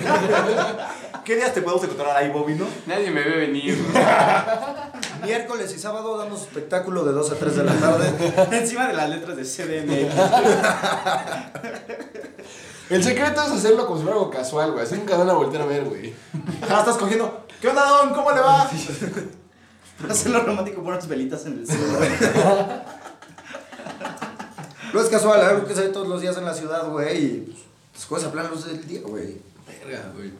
¿qué días te podemos encontrar ahí, Bobino? Nadie me ve venir, güey. miércoles y sábado damos espectáculo de 2 a 3 de la tarde. Encima de las letras de CDMX. El secreto es hacerlo como si fuera algo casual, güey. Así nunca van a voltear a ver, güey. Ah, estás cogiendo. ¿Qué onda, Don? ¿Cómo le va? Hacerlo romántico, pon unas velitas en el cielo, güey. No es casual, algo que se ve todos los días en la ciudad, güey. Y pues, te escondes a plena luz del día, güey. Verga, güey.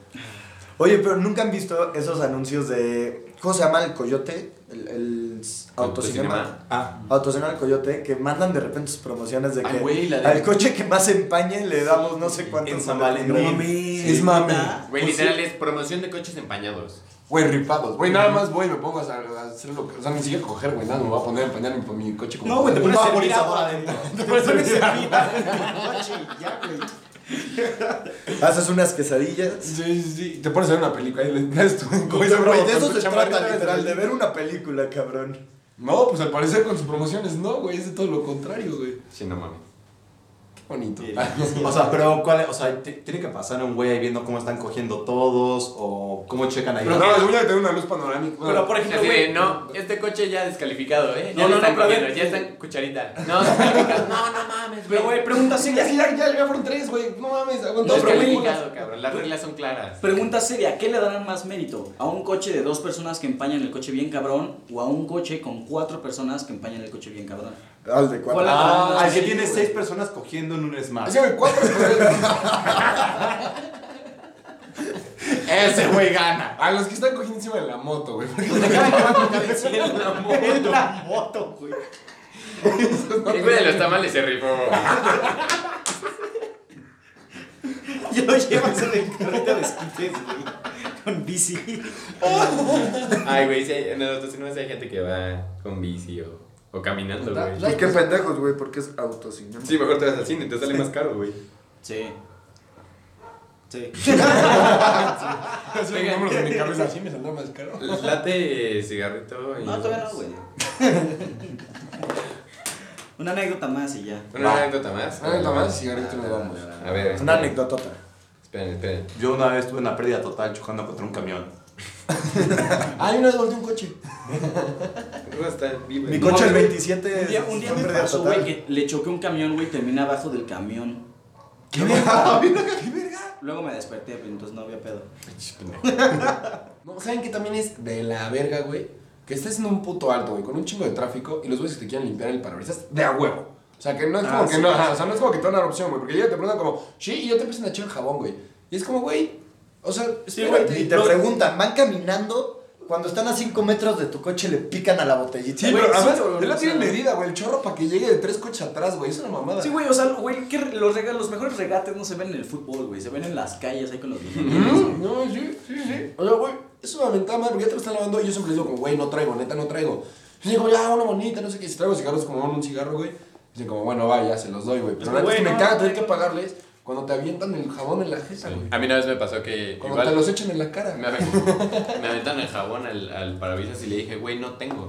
Oye, pero nunca han visto esos anuncios de. ¿Cómo se llama el coyote? El, el s- autocinema. Autocinema. Ah, autocinema del coyote, que mandan de repente sus promociones de que Ay, güey, la de- al coche que más empañe le damos no sé cuántos. En San boletos. Valentín. No mames. Es mame. Güey, literal es promoción de coches empañados. Güey, ripados. Güey, nada más voy y me pongo a a hacer lo que. O sea, ni siquiera coger, güey. Nada, me voy a poner a empañar mi, mi coche como. No, güey, te Un pones vaporizador a adentro. Te pones a Noche, ya, güey. Haces unas quesadillas. Sí, sí, sí. Te pones a ver una película y le das tu. Güey, ese bravo, de con eso tu se chamarrita, trata, ves, literal, de güey. ver una película, cabrón. No, pues al parecer con sus promociones no, güey. Es de todo lo contrario, güey. Sí, no mames. Qué bonito. Sí. O sea, pero ¿cuál? es? O sea, t- tiene que pasar un güey ahí viendo cómo están cogiendo todos o cómo checan ahí. Pero no, según yo que tener una luz panorámica. Bueno, Pero, por Así ejemplo, de, güey. no, este coche ya descalificado, ¿eh? Ya No, no, no, están no, pero a ver. comiendo, ya están cucharita. No, descalificado. no, no mames, Pero, güey, pregunta seria. Ya, sí, ya, ya, ya fueron tres, güey. No mames, No, aguantó. pero güey, Descalificado, cabrón. Las reglas son claras. Pregunta seria, ¿qué le darán más mérito? ¿A un coche de dos personas que empañan el coche bien cabrón o a un coche con cuatro personas que empañan el coche bien cabrón? Al de cuatro. Hola. Ah, Ah, al que sí, tiene güey. seis personas cogiendo en un Smart. Así que cuatro. Ah, güey. Ese güey gana. A los que están cogiendo encima de la moto, güey. porque En la moto, güey. El güey de los tamales se rifó. Ya lo llevas en el carrito de esquites, güey. Con bici. Ay, güey, si hay, en el autocinema sí hay gente que va con bici o, o caminando, güey. Pues qué pendejos, güey, porque es autocinema. Sí, mejor te vas al cine, te sale más caro, güey. Sí. Sí. Esos números en mi cabeza así me saldrá más caro. Late eh, cigarrito y... No, todavía no, güey. Una anécdota más y ya. Una anécdota más. ¿Saben lo más? Ah, Cigarrito le damos. A ver, Una anécdotota. esperen, esperen. Yo una vez tuve una pérdida total chocando contra un camión. Ay, Ah, una vez volteé un coche. ¿Cómo está vivo? Mi coche el güey. 27 Un día, un día me fue pérdida pasó, total. güey, que le choqué un camión, güey, y terminé abajo del camión. Luego me desperté, pero entonces no había pedo. No, ¿saben que también es de la verga, güey? Que estés en un puto alto, güey, con un chingo de tráfico y los güeyes que te quieran limpiar el parabrisas de a huevo. O sea, que no es como Ah, que sí. no, ajá, o sea, no es como que te van a dar opción, güey, porque ellos te preguntan como, sí, y yo te empiezan a echar jabón, güey. Y es como, güey, o sea, Sí, güey, espérate. Y te No. preguntan, ¿van caminando? Cuando están a 5 metros de tu coche le pican a la botellita. Sí, Güey, pero sí, además, cabrón, él la o tiene sea. medida, güey, el chorro para que llegue de tres coches atrás, güey, es una mamada. Sí, güey, o sea, güey, que los, rega- los mejores regates no se ven en el fútbol, güey, se ven en las calles ahí con los niños. Mm, No, sí, sí, sí. O sea, güey, es una ventaja, madre, porque ya te lo están lavando y yo siempre les digo, como, güey, no traigo, neta, no traigo. Y digo, ya, una bonita, no sé qué, si traigo cigarros, como "Bueno, un cigarro, güey. Dicen como, bueno, va, ya se los doy, güey. Pero la neta es que güey, me no, caga no, tener no. que pagarles cuando te avientan el jabón en la jeta, güey. A mí una vez me pasó que Cuando igual te los echan en la cara. me, aven- me aventan el jabón al, al parabrisas y le dije, güey, no tengo.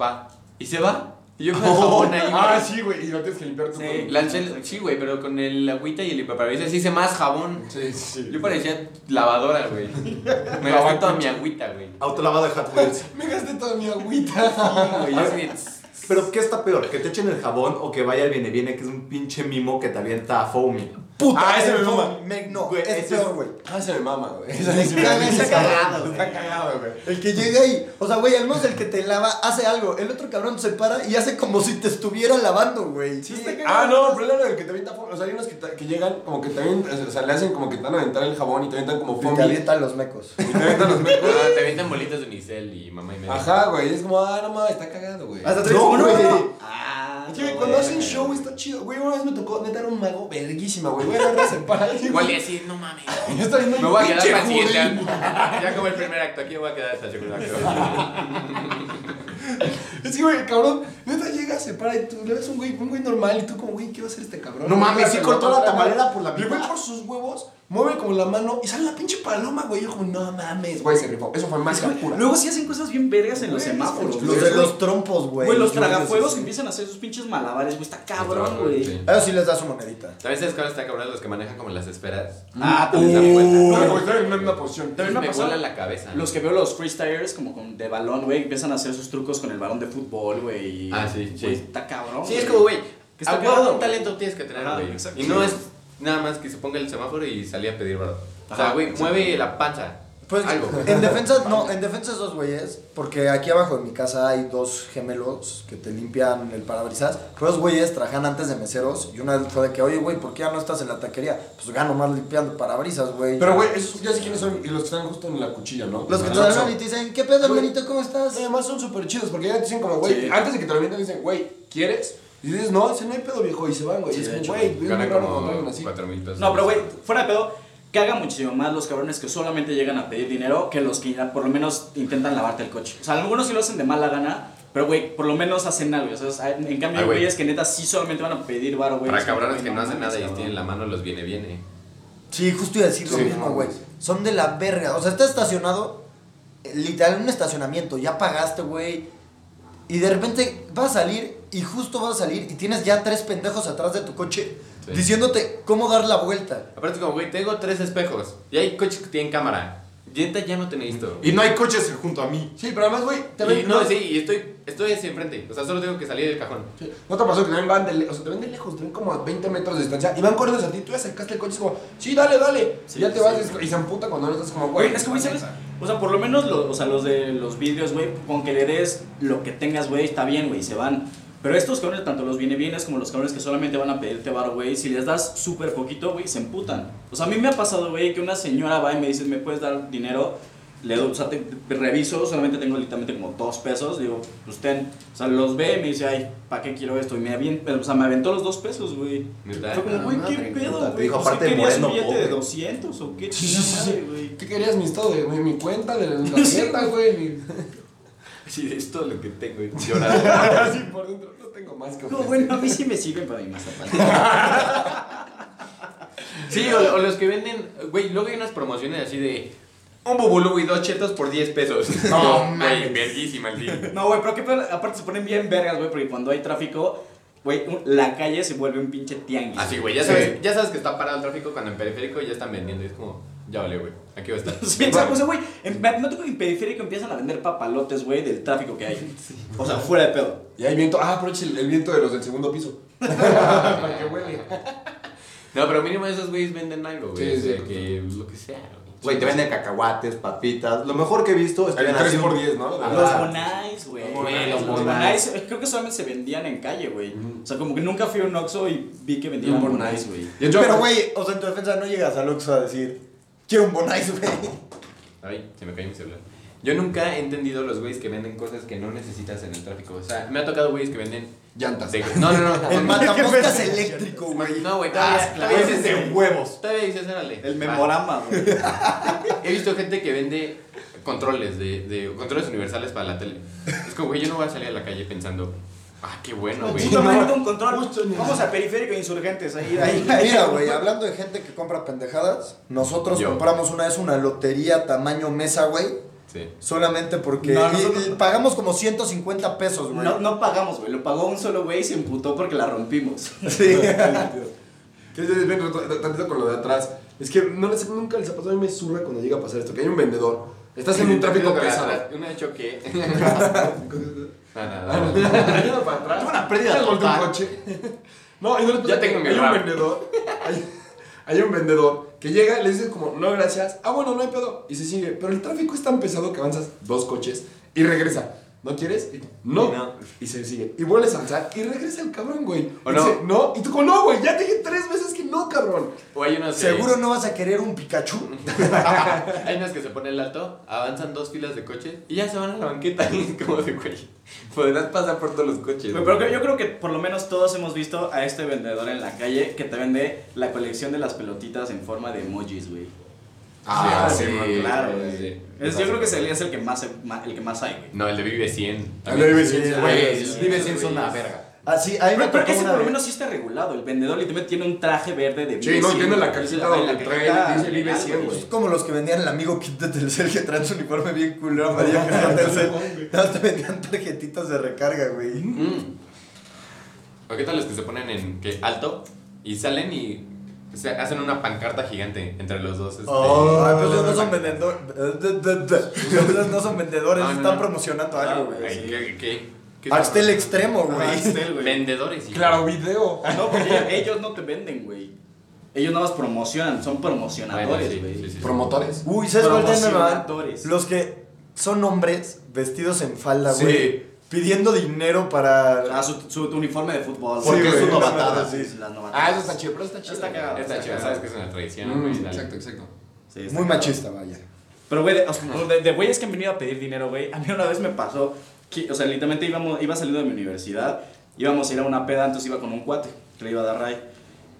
Va. Y se va. Y yo con el jabón ahí. ah, güey. sí, güey, y lo tienes que limpiar tú. Sí. Lancé el- Sí, güey, pero con el agüita y el parabrisas hice más jabón. Sí, sí. Yo parecía lavadora, güey. Me gasté toda mi agüita, güey. Autolavado de Hot Wheels. Me gasté toda mi agüita. Güey, yo así- Pero ¿qué está peor? ¿Que te echen el jabón o que vaya el viene viene que es un pinche mimo que te avienta a foamy? Puta, Ah, ese es me fo- mama. me- no, Güey, es ese peor, es- güey. Ah, se me mama, güey. Está cagado, Está cagado, güey. El que llega ahí, o sea, güey, al menos el que te lava hace algo. El otro cabrón se para y hace como si te estuviera lavando, güey. Ah, no, el problema es el que te avienta foamy. O sea, hay unos que, ta- que llegan como que también, o sea, le hacen como que te van a aventar el jabón y te avientan como Y te foamy. avientan los mecos. Y te avientan los mecos. Ah, te avientan bolitas de unicel y mamá y media. Ajá, güey. Es como, ah, no mames, está cagado, güey. Hasta Sí, tres, uno, güey. güey. Ah, güey, no, cuando güey. hacen show está chido. Güey, una vez me tocó, neta era un mago verguísima, güey. Güey, agarra, se para. así, Igual y güey. así, no mames. Yo estaba viendo Me voy a quedar pinche para el siguiente judío. acto. Ya como el primer acto, aquí me voy a quedar hasta el segundo acto. Es que, güey, cabrón, neta llega, se para y tú le ves un güey, un güey normal y tú como, güey, ¿qué va a hacer este cabrón? No mames, sí se cortó va a la parar. tamalera por la Y el güey por sus huevos, mueve como la mano y sale la pinche paloma, güey. Yo como, no mames, güey, se rifó. Eso fue más pura. Luego sí hacen cosas bien vergas en los Güey, semáforos, los Los de los trompos, güey. Güey, los Yo- tragafuegos que empiezan a hacer sus pinches malabares, güey, está cabrón, güey. Sí. A ellos sí les da su monedita. ¿Sabes esas cosas tan cabrones los que manejan como las esferas? Ah, Te les dan No, cuenta. güey, estaba en una misma posición. Uh. También me ha Me pasado- vuela la cabeza. Los que veo los freestylers como con de balón, güey, empiezan a hacer sus trucos con el balón de fútbol, güey. y- Ah, sí, sí. güey, Está cabrón. Sí, es como, güey, Que a está huevo cagado, un güey. talento tienes que tener, Ajá, güey. exacto. Y no es nada más que se ponga el semáforo y salí a pedir barro. O sea, Ajá, güey, exacto. mueve la panza. Pues, algo. En defensa, no, en defensa de esos güeyes, porque aquí abajo de mi casa hay dos gemelos que te limpian el parabrisas. Pero esos güeyes trabajan antes de meseros y una vez fue de que, oye, güey, ¿por qué ya no estás en la taquería? Pues gano más limpiando parabrisas, güey. Pero, güey, esos ya sé quiénes son y los que están justo en la cuchilla, ¿no? Ah, Los que te No, hablan no. y te dicen, ¿qué pedo, Güey. hermanito? ¿Cómo estás? No, Además son súper chidos porque ya te dicen como, güey, Sí. antes de que te lo mientan dicen, güey, ¿quieres? Y dices, no, ese no hay pedo viejo y se van, güey. Sí, Y es de como, hecho, güey, es muy Gana raro cuando hablan como así. 4 mil pesos. No, pero güey, este, fuera de pedo, cagan muchísimo más los cabrones que solamente llegan a pedir dinero que los que ya por lo menos intentan lavarte el coche. O sea, algunos sí lo hacen de mala gana, pero güey, por lo menos hacen algo. O sea, en cambio Ay, hay Ah, güey. güeyes que neta sí solamente van a pedir varo, güey. Para Es como, cabrones güey, que no hacen mames, nada y cabrón. tienen la mano los viene, viene. Sí, justo iba a decir lo Sí, mismo, no, güey. güey. Son de la verga. O sea, estás estacionado, eh, literal, en un estacionamiento. Ya pagaste, güey. Y de repente vas a salir y justo vas a salir y tienes ya tres pendejos atrás de tu coche Sí. diciéndote cómo dar la vuelta. Aparte, como, güey, tengo tres espejos y hay coches que tienen cámara. Yenta ya no tenéis todo. Y no hay coches junto a mí. Sí, pero además, güey, te Y ven. no, sí, y estoy, estoy así enfrente. O sea, solo tengo que salir del cajón. Sí. ¿No te pasó que también van de lejos? O sea, te ven de lejos, te ven como a 20 metros de distancia y van corriendo hacia ti. Tú ya sacaste el coche y es como, sí, dale, dale. Sí, y ya te sí. vas des- y se amputa cuando no estás como, güey. Güey, es que, güey, ¿sabes? O sea, por lo menos lo- o sea, los de los vidrios, güey, con que le des lo que tengas, güey, está bien, güey, se van. Pero estos cabrones, tanto los viene bienes como los cabrones que solamente van a pedirte varo, güey, si les das súper poquito, güey, se emputan. O sea, a mí me ha pasado, güey, que una señora va y me dice, ¿me puedes dar dinero? Le doy, o sea, te, te reviso, solamente tengo literalmente como dos pesos, digo, pues ten. O sea, los ve y me dice, ay, ¿para qué quiero esto? Y me, avien- o sea, me aventó los dos pesos, güey. ¿Neta? Fue como, güey, ¿qué Madre pedo, puta, güey? te dijo, Pues, ¿qué aparte de querías, moreno, un billete de pobre. 200 o qué? Sí, sí, sí, sí. Chingada, güey. ¿Qué querías mi estado? De, de mi cuenta, de la tarjeta, güey. ni- Sí, es todo lo que tengo. y Llorar. Así por dentro, no tengo más que No, ofrecer. bueno, a mí sí me sirven para mi mazapán. Sí, o, o los que venden, güey, luego hay unas promociones así de un bubulú y dos chetos por 10 pesos. No, güey, verguísima el día. No, güey, pero qué pedo, aparte se ponen bien vergas, güey, porque cuando hay tráfico, güey, un- la calle se vuelve un pinche tianguis. Así, güey, ya sabes, ya sabes que está parado el tráfico cuando en periférico ya están vendiendo. Y es como, ya vale, güey, aquí va a estar. Sí, o sea, o sea, güey, en, no tengo en periférico empiezan a vender papalotes, güey, del tráfico que hay. O sea, fuera de pedo. Y hay viento. Ah, aprovecha el, el viento de los del segundo piso. Para que huele. No, pero mínimo esos güeyes venden algo, güey. Sí, o sea, sí. que lo que sea, güey. Güey, te venden cacahuates, papitas. Lo mejor que he visto es que El eran así 3 un- por 10 ¿no? Ajá. Los Bonais, güey. Los Bonais, los Ah. Los Bonais. Bonais, eh, creo que solamente se vendían en calle, güey. O sea, como que nunca fui a un Oxxo y vi que vendían Un Bonais, güey. Pero, güey, o sea, en tu defensa no llegas al Oxxo a decir, quiero un Bonais, güey. Ay, se me cayó mi celular. Yo nunca he entendido los güeyes que venden cosas que no necesitas en el tráfico. O sea, me ha tocado güeyes que venden Llantas. de- No, no, no. El no, matamoscas eléctrico, güey. No, güey, Ah, todavía, claro. todavía dices de huevos. Todavía dices, árale. El Va. memorama, güey. He visto gente que vende controles de, de controles universales para la tele. Es como, güey, yo no voy a salir a la calle pensando, ah, qué bueno, güey. Puta madre, un control. Vamos a periférico de insurgentes ahí, ahí. ahí. Mira, güey, hablando de gente que compra pendejadas, nosotros Yo. compramos una vez una lotería tamaño mesa, güey, Sí. solamente porque No, y- nosotros- y pagamos como 150 pesos, güey. No, no pagamos, güey. Lo pagó un solo güey y se emputó porque la rompimos. Sí. Que es- es- ven, ret- Tantito con lo de atrás. Es que no les, nunca les ha pasado, a mí me zurra cuando llega a pasar esto, que hay un vendedor. Estás en un tráfico pesado. Una de choque. Nada, nada. Mira para atrás. Tuve una pérdida Ya volteó Ah, un total. coche. No, y no les pasa Ya que tengo mi Hay un rap. vendedor. Hay, hay un vendedor que llega, le dices como, no, gracias. Ah, bueno, no hay pedo. Y se sigue. Pero el tráfico es tan pesado que avanzas dos coches y regresa. ¿No quieres? Y- no. Y no. Y se sigue. Y vuelves a avanzar y regresa el cabrón, güey. ¿O Y no? dice, no. Y tú como, no, güey, ya te dije tres veces que no, cabrón. O hay unos de- Seguro no vas a querer un Pikachu. Hay unas que se ponen el alto, avanzan dos filas de coches y ya se van a la banqueta. Y es como de güey. Podrás pasar por todos los coches. Güey, Pero creo- yo creo que por lo menos todos hemos visto a este vendedor en la calle que te vende la colección de las pelotitas en forma de emojis, güey. Ah, sí, güey, claro, güey. sí. Es- yo creo que ese es el que más, el que más hay, güey. No, el de Vive 100. Ahí lo también. ves, sí, Güey, güey. los vive sin son una verga. Así, ahí me Pero, pero tocó que ese una por lo vez. menos sí está regulado. El vendedor literalmente tiene un traje verde de Sí, no, cien, tiene la güey. cajita Ajá, donde la trae, cajita dice Vive legal, cien, Es Pues, como los que vendían el amigo kit de Telcel que traen su uniforme bien culero amarillo que era Telcel. Nada más te vendían tarjetitas de recarga, güey. Mm. ¿O qué tal los que se ponen en ¿qué? alto y salen y se hacen una pancarta gigante entre los dos? este, Ah, Ay, pues ellos no son vendedores. Ellos no son vendedores, No, no, están no. promocionando algo, Ah, güey. ay, ¿qué- qué- qué- Ah, Axtel extremo, Ajá, güey. Axtel, güey. Vendedores. y- Claro, video. No, porque ellos no te venden, güey. Ellos nada más promocionan, son Bueno, sí, promocionadores, güey. sí, sí, sí. Promotores. Uy, ¿sabes cuál tema me va? Promocionadores. Los que son hombres vestidos en falda, Sí. güey. Pidiendo dinero para. Ah, su, su- tu uniforme de fútbol. Porque güey. es su Las novatada. novatadas, sí, Las novatadas. Ah, eso está chido, pero está chido. Mm, Está cagado. Está chido, sabes que es una tradición. güey, dale. Exacto, exacto. Sí, está Muy cagado. machista, vaya. Pero, güey, de, o sea, de- de güeyes que han venido a pedir dinero, güey. A mí una vez me pasó que, o sea, literalmente íbamos, iba saliendo de mi universidad, íbamos a ir a una peda, entonces iba con un cuate que le iba a dar ray.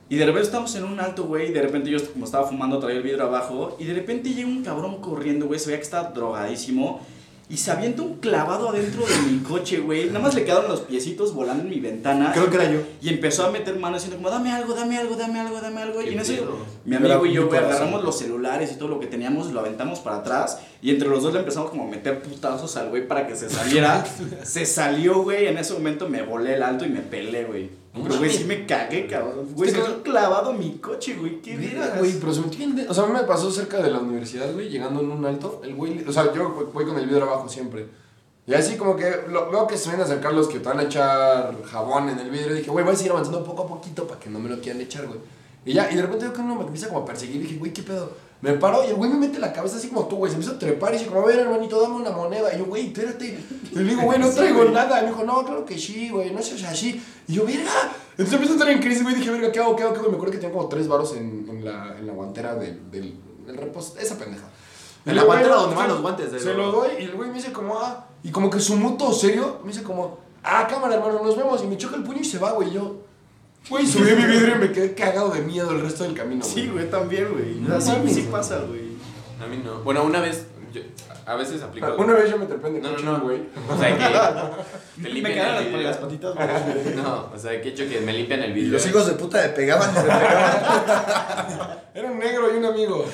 Y de repente estábamos en un alto, güey, y de repente yo, como estaba fumando, traía el vidrio abajo, y de repente llega un cabrón corriendo, güey, se veía que estaba drogadísimo, y se avienta un clavado adentro de mi coche, güey. Nada más le quedaron los piecitos volando en mi ventana. Creo que era yo. Y empezó a meter mano diciendo como, dame algo, dame algo, dame algo, dame algo. Y Qué en eso pedo. mi amigo Era y yo, mi güey, corazón. agarramos los celulares y todo lo que teníamos, lo aventamos para atrás. Y entre los dos le empezamos como a meter putazos al güey para que se saliera. se salió, güey, en ese momento me volé el alto y me pelé, güey. Pero, güey, sí me cagué, cabrón. Güey, se quedó clavado mi coche, güey. ¿Qué Mira, vergas? güey, pero se metió bien de- O sea, a mí me pasó cerca de la universidad, güey, llegando en un alto. El güey, le- o sea, yo voy- voy con el vidrio abajo siempre. Y así como que lo- veo que se vienen a acercar los que te van a echar jabón en el vidrio. Y dije, güey, voy a seguir avanzando poco a poquito para que no me lo quieran echar, güey. Y ya, y de repente veo que uno me empieza como a perseguir. Y dije, güey, ¿qué pedo? Me paro y el güey me mete la cabeza así como tú, güey. Se empieza a trepar y dice, como, a ver, hermanito, dame una moneda. Y yo, güey, espérate. Y le digo, güey, no traigo nada. Y me dijo, no, claro que sí, güey, no seas así. Y yo, verga. Entonces empecé a entrar en crisis, güey. Dije, verga, ¿qué hago? ¿Qué hago? ¿Qué hago? Y me acuerdo que tenía como tres varos en, en, la, en la guantera del, del, del reposo. Esa pendeja. En la Y, güey, guantera no, donde van se- los guantes de- Se lo doy y el güey me dice como, ah. Y como que su mutuo serio me dice como, ah, cámara, hermano, nos vemos. Y me choca el puño y se va, güey. Y yo, güey, subí mi vidrio y me quedé cagado de miedo el resto del camino, Sí, güey, también, güey. No Así mames, sí güey. pasa, güey. A mí no. Bueno, una vez, yo- a veces aplico. Ah, Una vez yo me trepé en el No, no, coche, no. güey. O sea que. te me limpian quedaron el las, vidrio. las patitas, güey. No, o sea, que he hecho que me limpian el Y vidrio. los hijos de puta le pegaban y le pegaban. Era un negro y un amigo.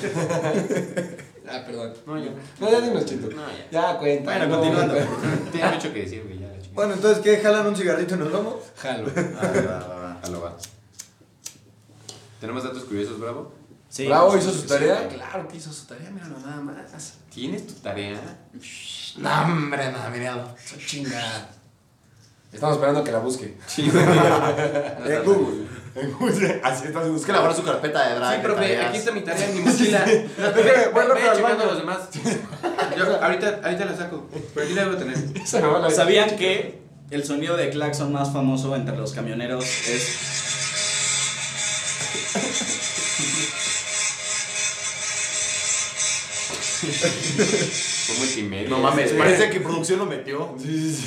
ah, perdón. No, ya. No, ya dinos, chito. No, ya. Ya, cuenta. Bueno, No, continuando. güey. Tengo mucho que decir, güey, ya la chingada. Bueno, entonces, ¿qué? ¿Jalan un cigarrito y nos vamos? Jalo. A lo va. ¿Tenemos datos curiosos, Bravo? Sí, Bravo, sí, ¿hizo sí, su sí, tarea? güey. Claro que hizo su tarea, míralo nada más. ¿Tienes tu tarea? No, hombre, nada, mira. Esa chingada. Estamos esperando que la busque. Sí, güey. En Google. En Google, Así estás Es que elaborar su carpeta de drag. Sí, de profe, tareas. aquí está mi tarea en mi mochila. Voy Bueno, rápido al checando baño. los demás. Yo ahorita, ahorita la saco. Pero aquí la debo tener. Esa no la ¿Sabían que el sonido de claxon más famoso entre los camioneros es. Fue multimedia. No mames, Sí. parece que producción lo metió. Sí, sí, sí.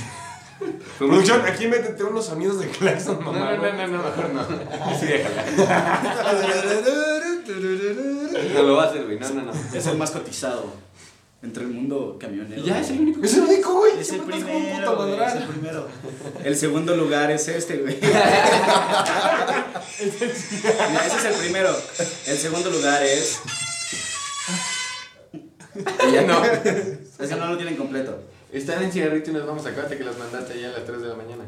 Fue multi- Producción, aquí métete unos sonidos de claxon, No, mamá. no, no, no, no, mejor no. Sí, déjala. No lo va a hacer, güey. No, no, no. Es el más cotizado entre el mundo camionero. Ya es el único. Es el único, güey. Es el Siempre estás como un primero, puto güey, es ladrón. el primero. El segundo lugar es este, güey. No, ese es el primero. El segundo lugar es. Y ya no. Es que no lo tienen completo. Están en cigarrito y nos vamos. Acuérdate que los mandaste ya a las 3 de la mañana.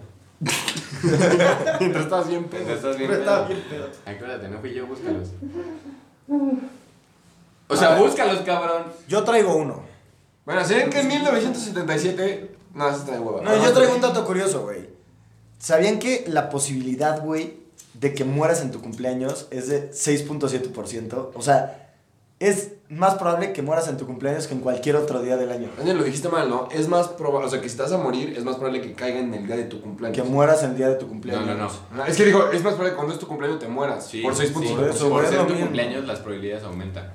Mientras estás bien Pero pedo. estás bien. Pero pedo. estaba bien pedo. Acuérdate, no fui yo, búscalos. Ah. O sea, búscalos, cabrón. Yo traigo uno. Bueno, ¿sabían que en 1977. No, eso está de hueva. No, yo traigo un dato curioso, güey. ¿Sabían que la posibilidad, güey, de que mueras en tu cumpleaños es de 6.7%? O sea, es más probable que mueras en tu cumpleaños que en cualquier otro día del año. Daniel, lo dijiste mal, ¿no? Es más probable. O sea, que si te vas a morir, es más probable que caiga en el día de tu cumpleaños. Que mueras el día de tu No, cumpleaños. no, no. Ah, Es que digo, es más probable que cuando es tu cumpleaños te mueras. Sí, por 6 puntos. sí. Por eso, Por güey, es ser lo tu mismo. cumpleaños, las probabilidades aumentan.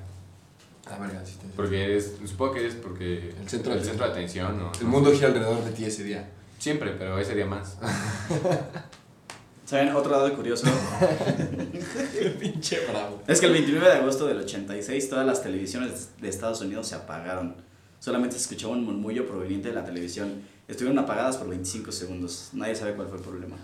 Ah, verga, sí te- Porque eres, supongo que eres porque El centro de- de atención o El mundo gira alrededor de ti ese día. siempre, pero ese día más. ¿Saben? Otro dato curioso. Pinche bravo. Es que el 29 de agosto del 86 todas las televisiones de Estados Unidos se apagaron. Solamente se escuchaba un murmullo proveniente de la televisión. Estuvieron apagadas por 25 segundos. Nadie sabe cuál fue el problema.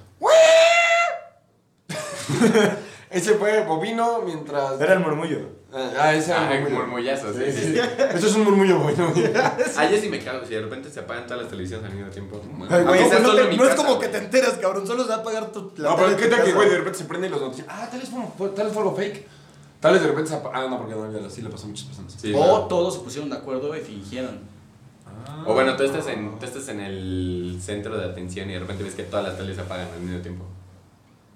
Ese fue bovino mientras. Era el murmullo. Ah, ah, ese era Ah, el murmullo. murmullazo, sí, Sí, sí. sí. Eso es un murmullo bueno. güey. Ah, yo sí me cago, si de repente se apagan todas las televisiones al mismo tiempo. man. Ay, güey, Aunque o sea, sea pues no, solo te- en mi no es casa, como que güey. te enteras, cabrón. Solo se va a pagar tu la No, pero tele ¿qué de tu tal que, casa. güey, de repente se prenden los noticias? Ah, tal vez fue, fue- tal vez fue algo fake. Tal vez de repente se apa- Ah, no, porque no, olvídalo, sí le pasó a muchas personas. Sí, o claro. todos se pusieron de acuerdo y fingieron. O bueno, tú estás, en, tú estás en el centro de atención y de repente ves que todas las teles se apagan al mismo tiempo.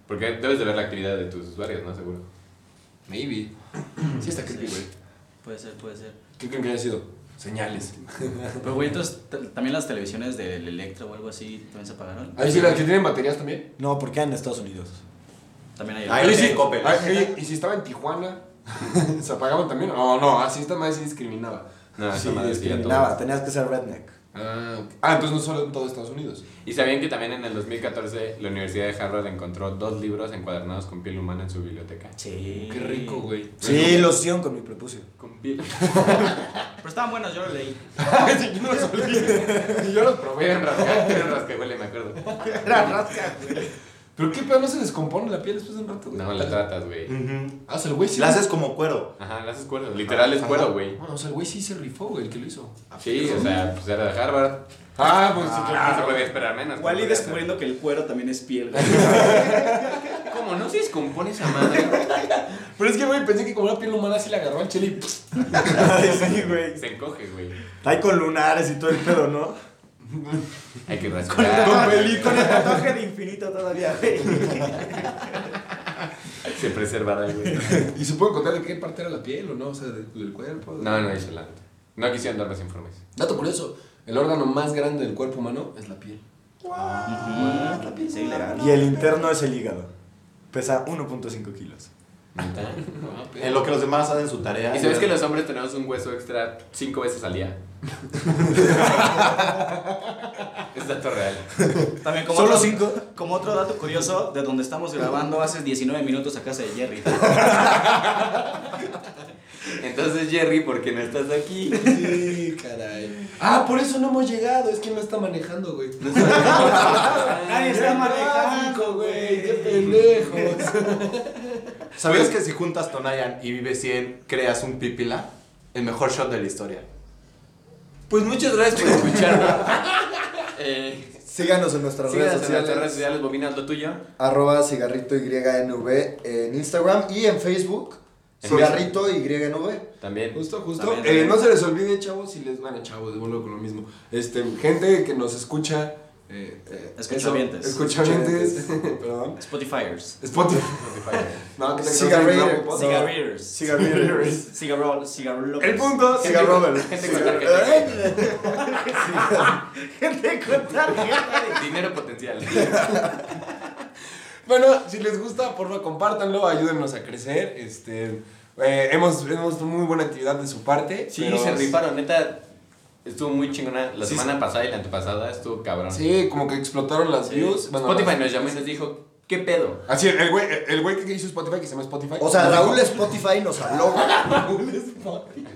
Porque debes de ver la actividad de tus usuarios, ¿no? Seguro. Maybe. Sí, está creepy, güey. Puede ser, puede ser. ¿Qué creen que haya sido? Señales. Pero, güey, entonces, t- también las televisiones del Electra o algo así también se apagaron. Ahí sí, las que tienen baterías también. No, porque era en Estados Unidos. También hay. Ahí lo hice Coppel. Ah, oye, ¿y si estaba en Tijuana? ¿Se apagaban también? No, no, así esta madre sí discriminaba. No, Ah, esa sí, madre sí, a discriminaba. todos. Tenías que ser redneck. Ah, ok. Ah, entonces no solo en todo Estados Unidos. Y sabían que también en el 2014 la Universidad de Harvard encontró dos libros encuadernados con piel humana en su biblioteca. Sí. Qué rico, güey. Sí, lo hicieron con mi prepucio. Con piel. Pero estaban buenos, yo lo leí. Sí, yo no los olvido. Y yo los probé. Eran rasca, eran rascahuele, me acuerdo. Era rasca, güey. ¿Pero qué pedo? ¿No se descompone la piel después de un rato? güey? No, la tratas, güey. Ah, o sea, el güey sí. La haces como cuero. Ajá, la haces cuero. Literal es cuero, güey. Ah, Bueno, o sea, el güey sí se rifó, güey, el que lo hizo. Sí, o sea, pues era de Harvard. Ah, pues sí, No se podía esperar menos. Igual y podía descubriendo que el cuero también es piel. güey. hacer. ¿Cómo no se descompone esa madre? Pero es que, güey, pensé que como una piel humana sí la agarró al chile y... pss, Ay, sí, güey. Se encoge, güey. Ahí con lunares y todo el pedo, ¿no? Hay que rascar. Con el tatuaje de infinito todavía, güey. Se preservará, güey. ¿Y se puede contar de qué parte era la piel o no? O sea, de- del cuerpo. de- No, no, Island. No quisieron dar más informes. Dato curioso, el órgano más grande del cuerpo humano es la piel. Ujú. Sí, legal. Y el interno es el hígado. Pesa 1.5 kilos. Ah, En lo que los demás hacen su tarea. ¿Y sabes que los hombres tenemos un hueso extra cinco veces al día? es dato real. También como ¿Solo otro- cinco? Como otro dato curioso, de donde estamos grabando hace 19 minutos a casa de Jerry. Entonces, Jerry, ¿por qué no estás aquí? Sí, caray. Ah, por eso no hemos llegado, es que no está manejando, güey. No Nadie está manejando, güey, qué güey. pendejos. ¿Sabías pues- que si juntas Tonayan y Vive 100, creas un pipila? El mejor shot de la historia. Pues muchas gracias por escucharnos. eh, Síganos en nuestras redes síganos en sociales. nuestras redes sociales, bobinas lo tuyo. Arroba cigarrito YNV en Instagram y en Facebook. En Cigarrito YNV. También. Justo, justo. También, Eh, también. no se les olvide, chavos, si les... Bueno, chavos, devuelvo con lo mismo. Este, gente que nos escucha Eh, eh, Escuchavientes. eso, Escuchavientes. Perdón. Spotifyers. Spotify. No, que te Cigarrillo. Cigarreers. Cigarrillos. Cigarro, cigarro. El punto. Cigarrover. Gente contagiada. Dinero potencial. Bueno, si les gusta, por favor, compártanlo, ayúdennos a crecer. Este, eh, hemos, hemos tenido muy buena actividad de su parte. Sí, pero- se rifaron, neta. Estuvo muy chingona. La Sí, semana pasada y la antepasada estuvo cabrón. Pues, Sí, como que explotaron las views. Bueno, Spotify las- nos llamó y nos dijo, ¿qué pedo? Así, el güey, el güey que hizo Spotify, que se llama Spotify. O sea, nos Raúl dijo- Spotify nos habló. güey. Raúl Spotify.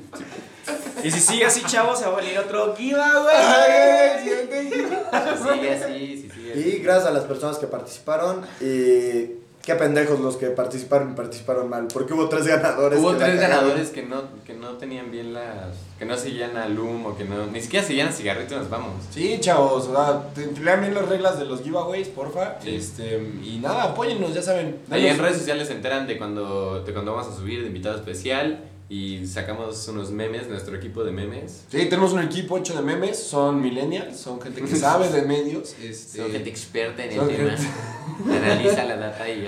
Y si sigue así, chavos, se va a venir otro Kiva, Ay, güey. siguiente. Sigue así, sí, sigue así. Y gracias a las personas que participaron. Y qué pendejos los que participaron y participaron mal. Porque hubo tres este ganadores. Hubo que la tres cagaron. ganadores que no, que no tenían bien las. que no seguían a Loom o que no. ni siquiera seguían a Cigarrito y nos vamos. Sí, chavos, o sea, te- lean bien las reglas de los giveaways, porfa. Sí. Este, y nada, apóyennos, ya saben. Ahí en danos- redes sociales se enteran de cuando, de cuando vamos a subir de invitado especial y sacamos unos memes, nuestro equipo de memes. Sí, tenemos un equipo hecho de memes, son millennials, son gente que sabe de medios. Este, Son gente experta en el Son tema. Analiza la data y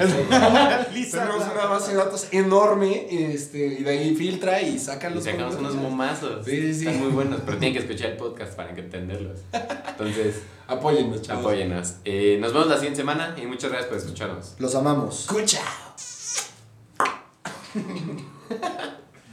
Tenemos una base de datos enorme este, y de ahí filtra y saca Y los sacamos unos comentarios. momazos. Sí, sí, sí. Están muy buenos, pero tienen que escuchar el podcast para entenderlos. Entonces, Apóyennos, chavos. apóyenos. Eh, nos vemos la siguiente semana y muchas gracias por escucharnos. Los amamos. Escucha.